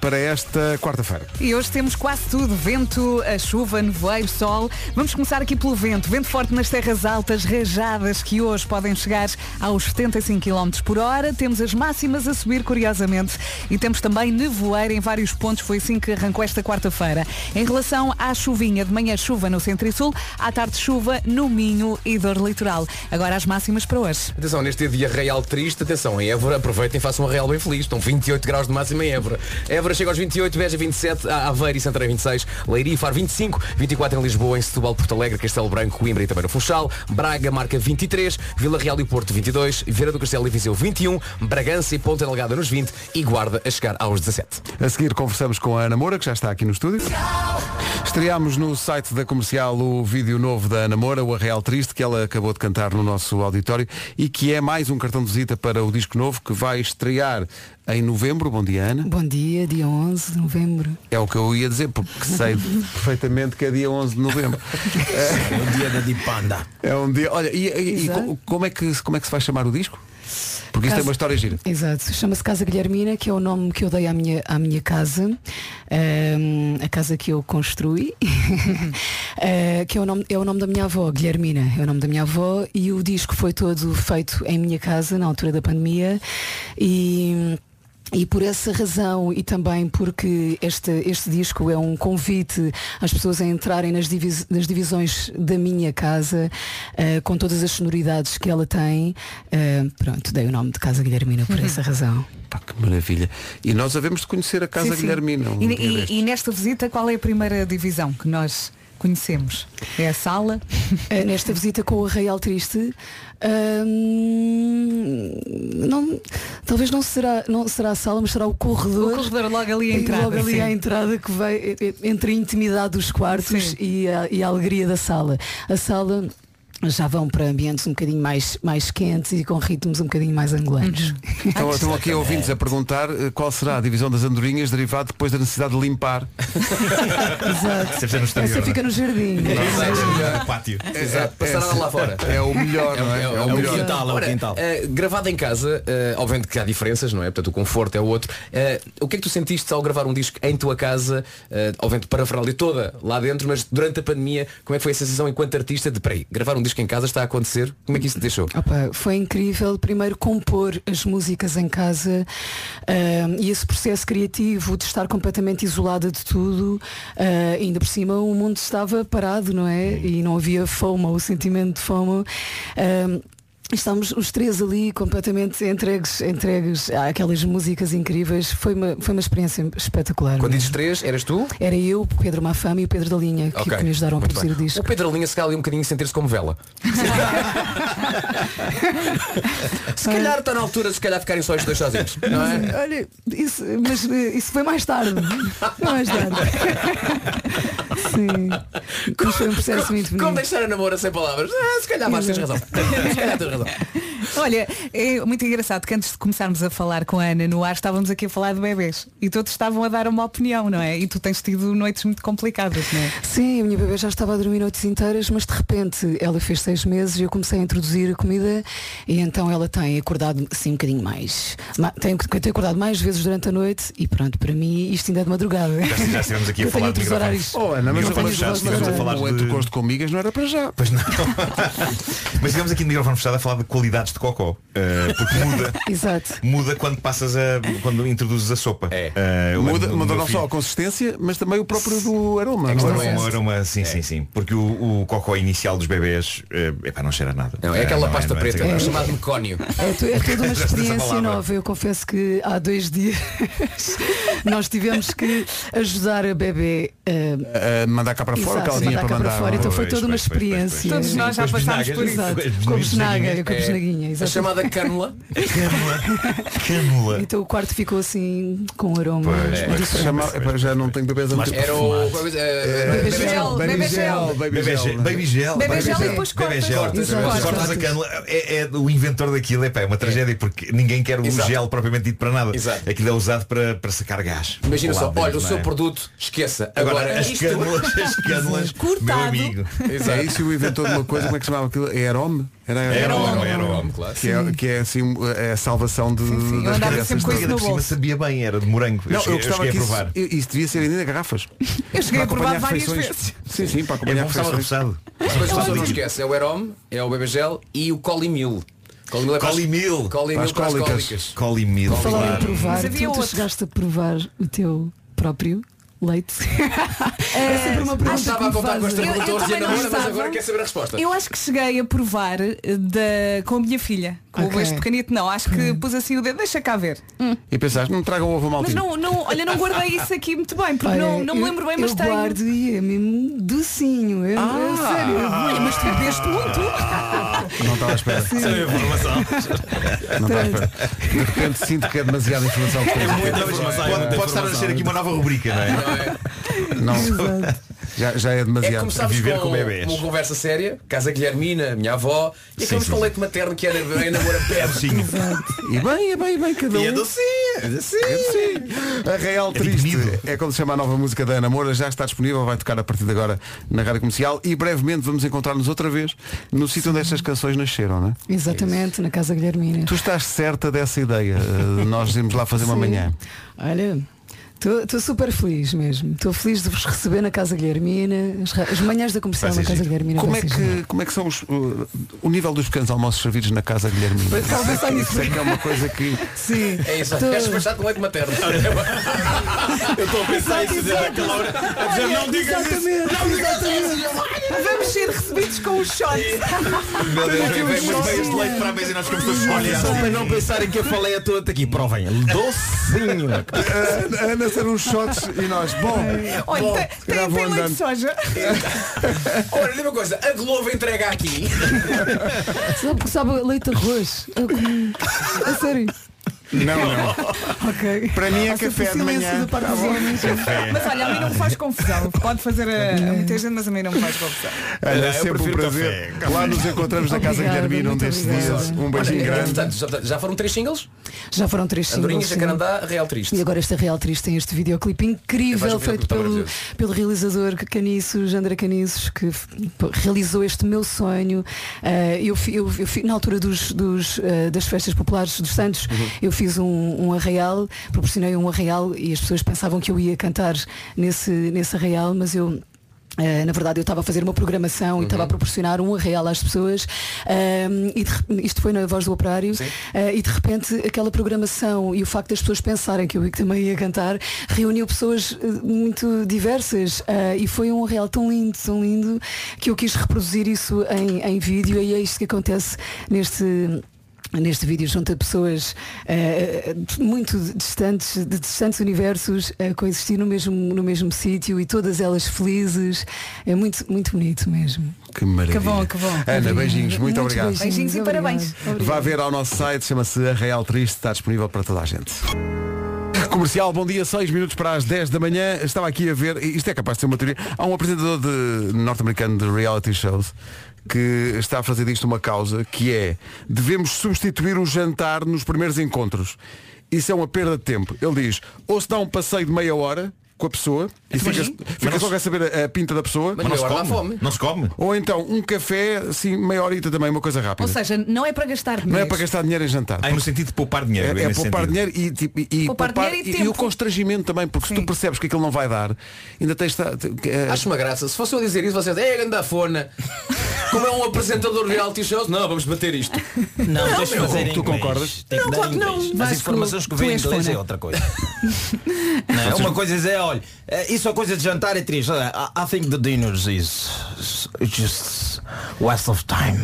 A: para esta quarta-feira.
D: E hoje temos quase tudo, vento, a chuva, nevoeiro, sol. Vamos começar aqui pelo vento. Vento forte nas terras altas, rajadas que hoje podem chegar aos 75 km por hora. Temos as máximas a subir, curiosamente. E temos também nevoeiro em vários pontos. Foi assim que arrancou esta quarta-feira. Em relação à chuvinha, de manhã chuva no centro e sul, à tarde chuva no Minho e dor litoral. Agora as máximas para hoje.
E: Atenção, neste dia de Arraial Triste, atenção, em Évora, aproveitem e façam um Arraial bem feliz. Estão 28 graus de máxima em Évora. Évora chega aos 28, Beja 27, A- Aveiro e Santarém 26, Leiria e Faro 25, 24 em Lisboa, em Setúbal, Porto Alegre, Castelo Branco, Coimbra e também no Funchal, Braga marca 23, Vila Real e Porto 22, Vieira do Castelo e Viseu 21, Bragança e Ponta Delgada nos 20 e Guarda a chegar aos 17.
A: A seguir conversamos com a Ana Moura, que já está aqui no estúdio. Estreámos no site da comercial o vídeo novo da Ana Moura, o Arreal Triste, que ela acabou de cantar no nosso auditório e que é mais um cartão de visita para o disco novo que vai estrear em novembro. Bom dia, Ana.
J: Bom dia, dia 11 de novembro.
A: É o que eu ia dizer, porque sei perfeitamente que é dia 11 de novembro.
L: É o dia da Dipanda.
A: É um dia. Olha, e, e- e
J: Exato.
A: co- como, é que, como é que se vai chamar o disco? Porque isto é
J: Casa-
A: uma história gira.
J: Exato, chama-se Casa Guilhermina, que é o nome que eu dei à minha, à minha casa, Ahm, a casa que eu construí, [laughs] Ah, que é o, nome, é o nome da minha avó, Guilhermina, é o nome da minha avó, e o disco foi todo feito em minha casa na altura da pandemia e. E por essa razão e também porque este, este disco é um convite às pessoas a entrarem nas, divis- nas divisões da minha casa, eh, com todas as sonoridades que ela tem, eh, pronto, dei o nome de Casa Guilhermina
L: [laughs]
J: por essa razão.
A: Pá, que maravilha. E nós havemos de conhecer a Casa
D: Sim, sim.
A: Guilhermina. um
D: E,
A: dia
D: e-
A: destes.
D: e nesta visita, qual é a primeira divisão que nós conhecemos? É a sala?
J: Eh, Nesta visita com o Arraial Triste, hum, não, talvez não será, não será a sala, mas será o corredor.
D: O corredor logo ali à
J: E
D: entrada,
J: Logo ali
D: sim.
J: à entrada que vai eh, eh, entre a intimidade dos quartos e a, e a alegria da sala. A sala já vão para ambientes um bocadinho mais, mais quentes e com ritmos um bocadinho mais angolanos.
D: Uhum.
J: [laughs]
A: Estão, Então, estão aqui ouvintes a perguntar eh, qual será a divisão das andorinhas derivado depois da necessidade de limpar.
J: Exato.
A: Deve ser no exterior,
J: Essa fica
A: não
J: no jardim.
B: No pátio.
E: Exato, passará
A: é-
E: lá fora.
A: é o melhor, não é?
E: É,
A: É o
E: o
A: melhor.
E: melhor.
A: Quintal, é o
E: Ora,
A: quintal.
E: eh, gravado em casa, eh, obviamente que há diferenças, não é? Portanto, o conforto é o outro. Eh, o que é que tu sentiste ao gravar um disco em tua casa, eh, obviamente para a Fernalda toda lá dentro, mas durante a pandemia, como é que foi a sensação enquanto artista de, peraí, gravar um disco em casa está a acontecer? Como é que isso te deixou?
J: Opa, foi incrível primeiro compor as músicas em casa ahm, e esse processo criativo de estar completamente isolada de tudo, ah, ainda por cima o mundo estava parado, não é? E não havia fome, o sentimento de fome. Estamos os três ali completamente entregues, entregues àquelas músicas incríveis. Foi uma, foi uma experiência espetacular.
E: Quando
J: mesmo.
E: dizes três, eras tu?
J: Era eu, o Pedro Mafama e o Pedro da Linha que,
E: Ok,
J: que me ajudaram a
E: muito
J: produzir
E: bem.
J: o disco.
E: O Pedro Linha se calhar ali um bocadinho a sentir-se como
J: [laughs]
E: vela. se calhar está na altura de se calhar ficarem só os dois sozinhos. Não é?
D: [laughs]
J: Mas, Olha, isso, mas eh, isso foi mais tarde. Foi mais
D: [laughs]
J: tarde. Sim. Mas foi um processo muito bonito.
E: Como deixar a namora sem palavras? Ah, se calhar mais tens razão. se calhar tens
B: [laughs]
E: razão.
D: Olha, é muito engraçado que antes de começarmos a falar com a Ana no ar estávamos aqui a falar de bebês e todos estavam a dar uma opinião, não é? E tu tens tido noites muito complicadas, não é?
J: Sim, a minha bebê já estava a dormir noites inteiras, mas de repente ela fez seis meses e eu comecei a introduzir a comida e então ela tem acordado assim um bocadinho mais. ma- Tem, tem acordado mais vezes durante a noite e pronto, para mim isto ainda é de madrugada.
B: Já, já estivemos aqui a
J: [laughs] Eu tenho
B: falar de
J: outros
B: microfones.
J: horários.
A: Oh, Ana, mas
B: Microfones
A: mas- mas-
B: fechados, estivemos a falar
A: o
B: de...
A: entocosto com migas não era para já.
B: Mas estivemos aqui de microfone fechado a falar de qualidades de rococó. eh, porque muda.
J: Exato.
B: Muda quando passas a. quando introduzes a sopa.
E: É.
B: Eh, eu lembro
A: muda
B: do
A: muda
B: meu
A: não
B: filho-
A: só a consistência, mas também o próprio do aroma. não é?
B: Aroma, aroma,
E: É.
B: sim, sim, sim. Porque o, o cocó inicial dos bebés eh, epá, não cheira a nada.
E: Não, é aquela
B: Eh, não
E: pasta
B: não
E: preta,
B: não
E: é chamado mecónio.
J: É, tu- é toda uma
B: Já sei essa
J: experiência
B: palavra.
J: nova. Eu confesso que há dois dias [laughs] nós tivemos que ajudar a bebê ah, a
A: A Eh, mandar cá para fora, o que ela tinha
J: mandar
A: para
J: cá
A: mandar.
J: para fora. Então foi
A: Pois,
J: toda uma
A: pois, pois, pois.
J: experiência.
D: Todos nós já passámos por isso.
J: Exato.
B: as
J: Com a
B: bisnaguinhas.
J: bisnaga, com a
E: É.
J: bisnaguinha.
E: A
J: exatamente.
E: chamada cânula.
B: Cânula.
J: Então o quarto ficou assim com um aroma
B: Pois,
J: diferente.
B: pois,
A: Chama- Epá, já não tenho bebês a muito
E: Era o. eh,
J: Bebê
D: Bebê
J: gel,
D: gel, bebê gel.
A: Baby
B: Bebê
A: é gel.
B: gel, baby gel.
D: Bebê
B: baby
D: gel e
B: gel,
D: depois
B: é, bebê
D: cortas.
B: gel.
D: Cortas,
B: Cortas,
D: cortas.
B: cortas a cânula. É, é o inventor daquilo, epá, é uma tragédia porque ninguém quer o
E: Exato.
B: gel propriamente dito para nada.
E: Exato.
B: Aquilo é usado para, para sacar gás.
E: Imagina
B: Ao
E: só,
B: lado
E: olha, o
B: deles,
E: seu
B: não é?
E: produto, esqueça.
B: Agora,
E: Agora,
B: as
E: isto.
B: cânulas,
E: [laughs]
B: as cânulas, meu
D: Cortado.
B: amigo.
A: É isso e o inventor de uma coisa, como é que chamava aquilo? Aerome? Era
B: Era
A: aerome.
B: o era o
E: claro.
A: Que é, que é assim um, é a salvação de,
D: sim, eu
A: das
D: andava
A: crianças.
D: sempre com isso
B: Ainda
D: no
B: por cima
D: bolso.
B: sabia bem, era de morango.
A: Não,
B: eu cheguei,
A: eu
B: eu
A: gostava
B: cheguei
A: que
B: a
A: isso,
B: provar.
A: isso devia ser vendido em garrafas.
D: [laughs] Eu cheguei a
A: Para
D: provar
A: acompanhar
D: várias
A: refeições.
D: vezes.
A: Sim, sim, para
B: É
A: acompanhar
B: bom estava
A: refeições.
B: repousado.
E: Mas as pessoas não esquecem, é o Herom, é o Bebê Gel e o Colimil. Colimil é para as-
B: Colimil.
A: Para as
E: Colimil para as
A: cólicas.
E: cólicas.
B: Colimil.
J: Falar em
B: claro.
J: provar,
D: Mas
J: tu,
D: havia
J: tu
D: outro.
J: chegaste a provar o teu próprio
D: [laughs]
J: leite. É sempre uma
E: Não
J: pergunta
E: estava a
J: que me
E: contar com as
J: fazem.
D: Ah, Eu- eu
E: 14 e
D: também não
E: namora, mas
D: estava.
E: agora quer saber a resposta.
D: Eu acho que cheguei a provar eh, da, com a minha filha. Com
J: Ok.
D: o este pequenito não. Acho que pus assim o dedo, deixa cá ver.
A: E pensaste, não tragam ovo
D: Mas
A: maltinho.
D: não, não, olha, não guardei isso aqui muito bem, porque
J: Olha,
D: não, não me
J: é, eu-
D: lembro bem, mas
J: eu
D: tenho.
J: guardo e é mesmo docinho. Eu, eu, sério, eu-
D: Olha, mas tu bebeste muito.
A: Não estava à espera. Não estava à espera. De repente sinto que é demasiada informação. que temos.
B: Pode, pode estar a nascer aqui uma nova rubrica, não é?
E: Não é?
A: Não, já, já é
E: É que
A: demasiado.
E: começámos
B: viver
E: com
B: com bebés.
E: uma conversa séria, casa Guilhermina, minha avó, e acabamos
B: sim. É
E: com o leite materno que é era a namora pede.
B: Sim.
A: E bem, e bem, e bem, cada um.
B: E é docinho, é docinho.
A: A Real Triste é como se chama a nova música da Ana Moura, já está disponível, vai tocar a partir de agora na Rádio Comercial e brevemente vamos encontrar-nos outra vez no sítio onde estas canções nasceram, não é?
J: Exatamente, na Casa Guilhermina.
A: Tu estás certa dessa ideia, eh, nós irmos lá fazer uma
J: Sim.
A: manhã.
J: Olha, estou super feliz mesmo. Estou feliz de vos receber na Casa Guilhermina, as, ra- as manhãs da comercial
B: Vai ser
J: na Casa
B: giro.
J: Guilhermina.
A: Como
J: vai
A: é,
J: ser giro.
A: que, como é que são os, o- o nível dos pequenos almoços servidos na casa Guilherme?
J: Estava a pensar nisso.
A: Isso é que é uma coisa [laughs] que.
J: Sim.
E: É isso,
J: Tô-
E: queres despachar com leite
B: [laughs]
E: materno. Eu estou a pensar isso desde aquela hora.
J: Não digas Exatamente.
D: Vamos ser recebidos com um shot.
B: Meu Deus, vem
J: um
B: vem umas meias de leite para a mesa e nós ficamos todos molhados.
E: para não pensarem que eu falei a toda aqui, provem. Docinho.
A: A Eh, Ana ser uns shots e nós. Bom,
D: [laughs] Olha,
A: bom,
D: tem,
A: se calhar
D: tem,
A: vou
D: tem leite de
A: andando.
D: soja.
E: Olha, diga uma coisa, a Globo entrega aqui.
J: Sabe, sabe leite de arroz? Eu
B: [laughs]
J: comi. A sério.
A: Não, não.
J: Ok.
A: Para mim é
J: Há sempre
A: café de
J: silêncio
A: manhã.
J: da
D: Tá
J: parte dos homens.
D: Mas olha, a mim não me faz confusão. Pode fazer a, a muita gente, mas a mim não me faz confusão.
A: Ana, é
B: Eu
A: sempre um
B: prefiro
A: prazer.
B: café.
A: Lá nos encontramos na casa
J: Obrigada,
A: Guilhermina um
J: muito
A: destes
J: obrigada.
A: dias. Um beijinho
E: Olha,
A: grande.
E: É, portanto, já- já foram três singles?
J: Já foram três singles.
E: Andorinhas,
J: sim.
E: Jacarandá, Real
J: E
E: Triste.
J: agora esta Real Triste tem este videoclipe
E: Eu
J: incrível
E: vejo o
J: feito
E: videoclipe, está
J: pelo,
E: maravilhoso.
J: pelo realizador Canissos, André Canissos, que f- p- realizou este meu sonho. Ah, eu, fi- eu, eu fi- na altura dos, dos, ah, das festas populares dos Santos, eu fiz um, um arraial, proporcionei um arraial e as pessoas pensavam que eu ia cantar nesse, nesse arraial, mas eu Uh, na verdade eu estava a fazer uma programação e estava a proporcionar um real às pessoas um, e de re- isto foi na voz do operário uh, e de repente aquela programação e o facto das pessoas pensarem que eu também ia cantar reuniu pessoas uh, muito diversas uh, e foi um real tão lindo tão lindo que eu quis reproduzir isso em, em vídeo e é isto que acontece neste neste vídeo junta pessoas eh, muito distantes de distantes universos a coexistir no mesmo no mesmo sítio e todas elas felizes é muito muito bonito mesmo
A: Que maravilha.
D: Que bom, que bom.
A: Ana, beijinhos. Muito
J: Muitos
A: obrigado.
D: Beijinhos e
J: obrigada.
D: parabéns.
A: Vá ver ao nosso site, chama-se A Real Triste, está disponível para toda a gente. Comercial, bom dia, 6 minutos para as 10 da manhã. Estava aqui a ver, isto é capaz de ser uma teoria. Há um apresentador de- norte-americano de reality shows que está a fazer disto uma causa, que é devemos substituir o jantar nos primeiros encontros. Isso é uma perda de tempo. Ele diz, ou se dá um passeio de meia hora, com a pessoa e
B: Mas
A: ficas,
B: sim.
A: ficas
B: Mas
A: logo a saber a, a pinta da pessoa.
B: Mas não se come? Não se come?
A: Ou então um café, assim, meia horita também, uma coisa rápida.
D: Ou seja, não é para gastar dinheiro.
A: não é para gastar dinheiro em jantar.
B: Ah, no sentido de poupar dinheiro.
A: É, é
B: nesse
A: poupar
B: sentido.
A: dinheiro e, tipo, e, e
D: Poupar dinheiro e tempo.
A: o constrangimento também, porque se tu percebes que aquilo não vai dar, ainda tens. de- eh,
E: Acho uma graça. Se fosse eu dizer isso, vocês é grande a fona. Como é um apresentador de reality shows, não, vamos bater isto.
M: Não,
E: Não,
M: tens de
E: meu,
M: fazer em
E: tu
M: inglês.
E: concordas?
M: Tem que
E: Não,
M: dar
E: claro
M: em
E: que não.
M: inglês. As
E: Vasco,
M: informações que
E: tu
M: vêm em
E: és
M: inglês
E: fona.
M: é outra coisa. Não, é? Uma coisa é, olha, eh, isso é coisa de jantar é triste. Olha, I, I think the dinners is is just waste of time.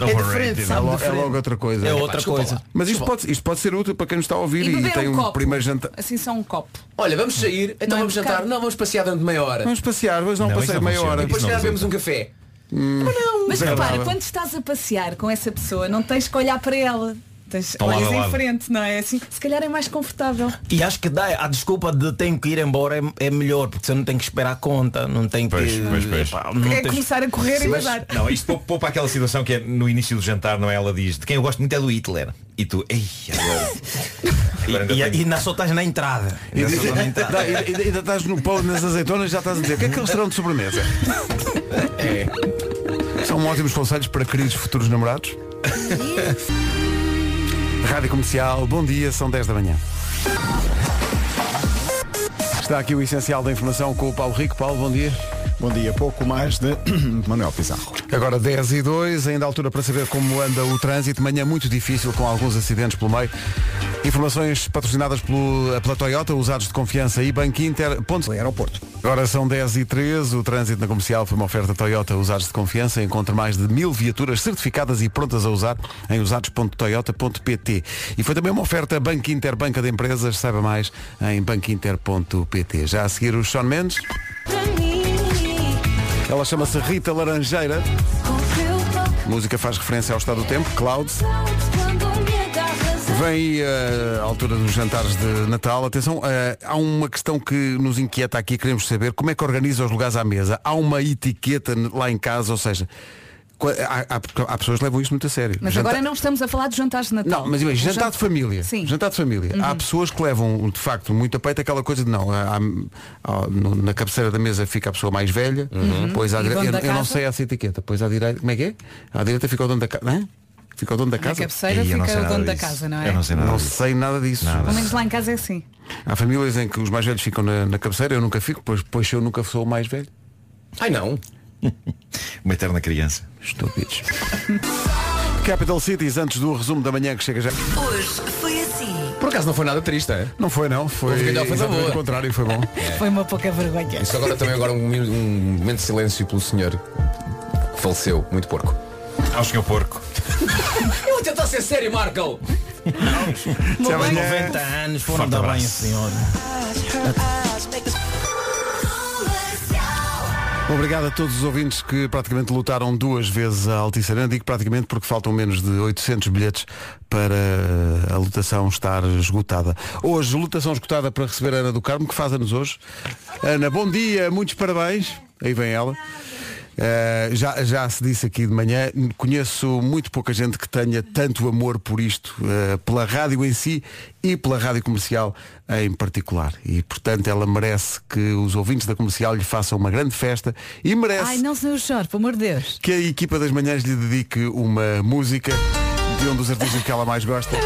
M: é diferente,
A: é,
M: sabe?
A: lo- é
M: diferente.
A: logo outra coisa.
M: É outra
A: desculpa
M: coisa.
A: lá. Mas isto pode, isto pode ser útil para quem nos está a ouvir
D: E
A: e,
D: beber
A: tem
D: um
A: um
D: copo.
A: primeiro jantar.
D: Assim só um copo.
E: Olha, vamos sair, então vamos jantar. Não, vamos passear durante meia hora.
A: Vamos passear, vamos dar um
E: Não,
A: passeio
E: isso não
A: de meia
E: funciona.
A: hora.
E: E depois se calhar bebemos um café.
A: Mas
E: não,
D: Mas repara, quando estás a passear com essa pessoa, não tens que olhar para ela. Tens
M: Tão lado
D: olhas
M: a
D: em
M: lado.
D: frente, não é? Assim, se calhar é mais confortável.
M: E acho que dá, a desculpa de tenho que ir embora é, é melhor, porque você não tem que esperar a conta, não tem que.
B: pois, pois.
M: Epá, não
D: é
M: tens-
D: começar a correr e
B: Mas-
D: nadar.
B: Não, isto pou- poupa aquela situação que é no início do jantar, não é? Ela diz, de quem eu gosto muito é do Hitler. E tu, ei,
E: [laughs]
B: agora.
M: E, e, e ainda só estás na entrada.
A: E
M: Ainda
A: diz-
M: só estás na entrada.
A: dá- [laughs] ainda- ainda estás no pão nas azeitonas e já estás a dizer o que é que eles terão de sobremesa. São ótimos conselhos para queridos futuros namorados. Rádio Comercial, bom dia, são 10 da manhã. Está aqui o essencial da informação com o Paulo Rico. Paulo, bom dia.
N: Bom dia, pouco mais de Manuel Pizarro.
A: Agora 10 e 2, ainda há altura para saber como anda o trânsito. Manhã muito difícil, com alguns acidentes pelo meio. Informações patrocinadas pelo, eh, pela Toyota, usados de confiança e Banco Inter. Ponto...
C: Aeroporto.
A: Agora são 10 e 3, o trânsito na comercial foi uma oferta Toyota usados de confiança. Encontre mais de mil viaturas certificadas e prontas a usar em usados.toyota.pt. E foi também uma oferta Banco Inter, banca de empresas. Saiba mais em banquinter.pt. Já a seguir o Sean Mendes. Ela chama-se Rita Laranjeira. A música faz referência ao estado do tempo, Clouds. Vem aí eh, a altura dos jantares de Natal. Atenção, eh, há uma questão que nos inquieta aqui. Queremos saber como é que organiza os lugares à mesa. Há uma etiqueta n- lá em casa, ou seja, qua- há, há- há pessoas que levam isto muito a sério.
D: Mas
A: Janta-
D: agora não estamos a falar de jantares de Natal.
A: Não, mas imagina,
D: Um
A: jantar de família.
D: Sim. Uhum.
A: Jantar de família. Há pessoas que levam, de facto, muito a peito aquela coisa de não. há- há- no- na cabeceira da mesa fica a pessoa mais velha,
E: Uhum.
A: pois à
E: E
A: direita.
E: dono
A: Eu,
E: da
A: eu não
E: casa?
A: sei essa etiqueta. Pois à direita. Como é que é? À direita fica o dono da casa. Não é? Fica o dono da
D: Na
A: casa.
D: cabeceira Ei, eu não fica sei o nada dono da disso. casa, não é? Eu não sei nada
A: Não
D: disso.
A: sei nada disso.
D: Pelo menos lá em casa é assim.
A: Há famílias em que os mais velhos ficam na, na cabeceira, eu nunca fico, pois, pois eu nunca sou o mais velho.
E: Ai não.
B: Uma eterna criança.
A: Estúpidos. Capital Cities, antes do resumo da manhã que chega já.
O: Hoje foi assim.
E: Por acaso não foi nada triste, é?
A: Não foi não, foi
E: Houve galhofa na
A: exatamente
E: boa.
A: o contrário, foi bom.
D: Foi uma pouca vergonha.
E: Isso agora também agora um, minu- um momento de silêncio pelo senhor que faleceu, muito porco.
B: Ao senhor porco.
E: [laughs] Eu vou tentar ser sério, Marco!
M: Até
E: Uma
M: amanhã.
E: bem-
M: 90 anos, foram
E: Forte
M: dar bem
E: abraço.
M: a senhora.
A: Obrigado a todos os ouvintes que praticamente lutaram duas vezes a Altice Arena. Digo praticamente porque faltam menos de 800 bilhetes para a lotação estar esgotada. Hoje, lotação esgotada para receber a Ana do Carmo, que faz anos hoje. Ana, bom dia, muitos parabéns. Aí vem ela. Eh, já, já se disse aqui de manhã, conheço muito pouca gente que tenha tanto amor por isto, eh, pela rádio em si e pela rádio comercial em particular. E portanto ela merece que os ouvintes da comercial lhe façam uma grande festa e
M: É.
A: merece
D: Ai, não se não chore, pelo amor de Deus.
A: que a equipa das manhãs lhe dedique uma música de um dos artistas que ela mais
D: [laughs]
A: gosta.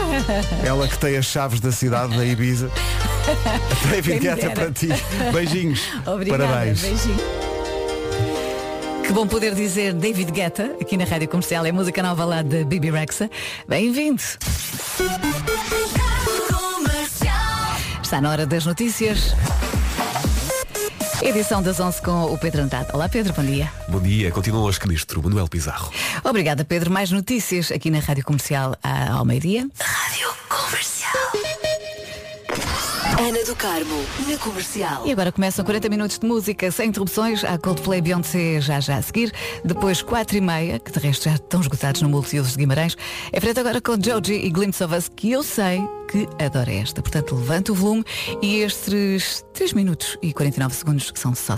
A: Ela que tem as chaves da cidade, da Ibiza. Tem
D: Quem me
A: vinheta
D: dera.
A: para ti. Beijinhos.
D: [laughs]
O: Obrigada,
A: Parabéns.
O: beijinho. Que bom poder dizer David Guetta aqui na Rádio Comercial. É a música nova lá de Bibi Rexa. Bem-vindo. Está na hora das notícias. Edição das 11 com o Pedro Andrade. Olá Pedro, bom dia.
P: Bom dia, continuam os ministro Manuel Pizarro.
O: Obrigada Pedro. Mais notícias aqui na Rádio Comercial à- ao meio-dia.
Q: Ana do Carmo, na comercial.
O: E agora começam 40 minutos de música sem interrupções. Há Coldplay Beyoncé já já a seguir. Depois 4 e meia, que de resto já estão esgotados no Multiusos de Guimarães. É frente agora com Joji e Glimpse of Us, que eu sei que adora esta. Portanto, levanta o volume e estes 3 minutos e 49 segundos são só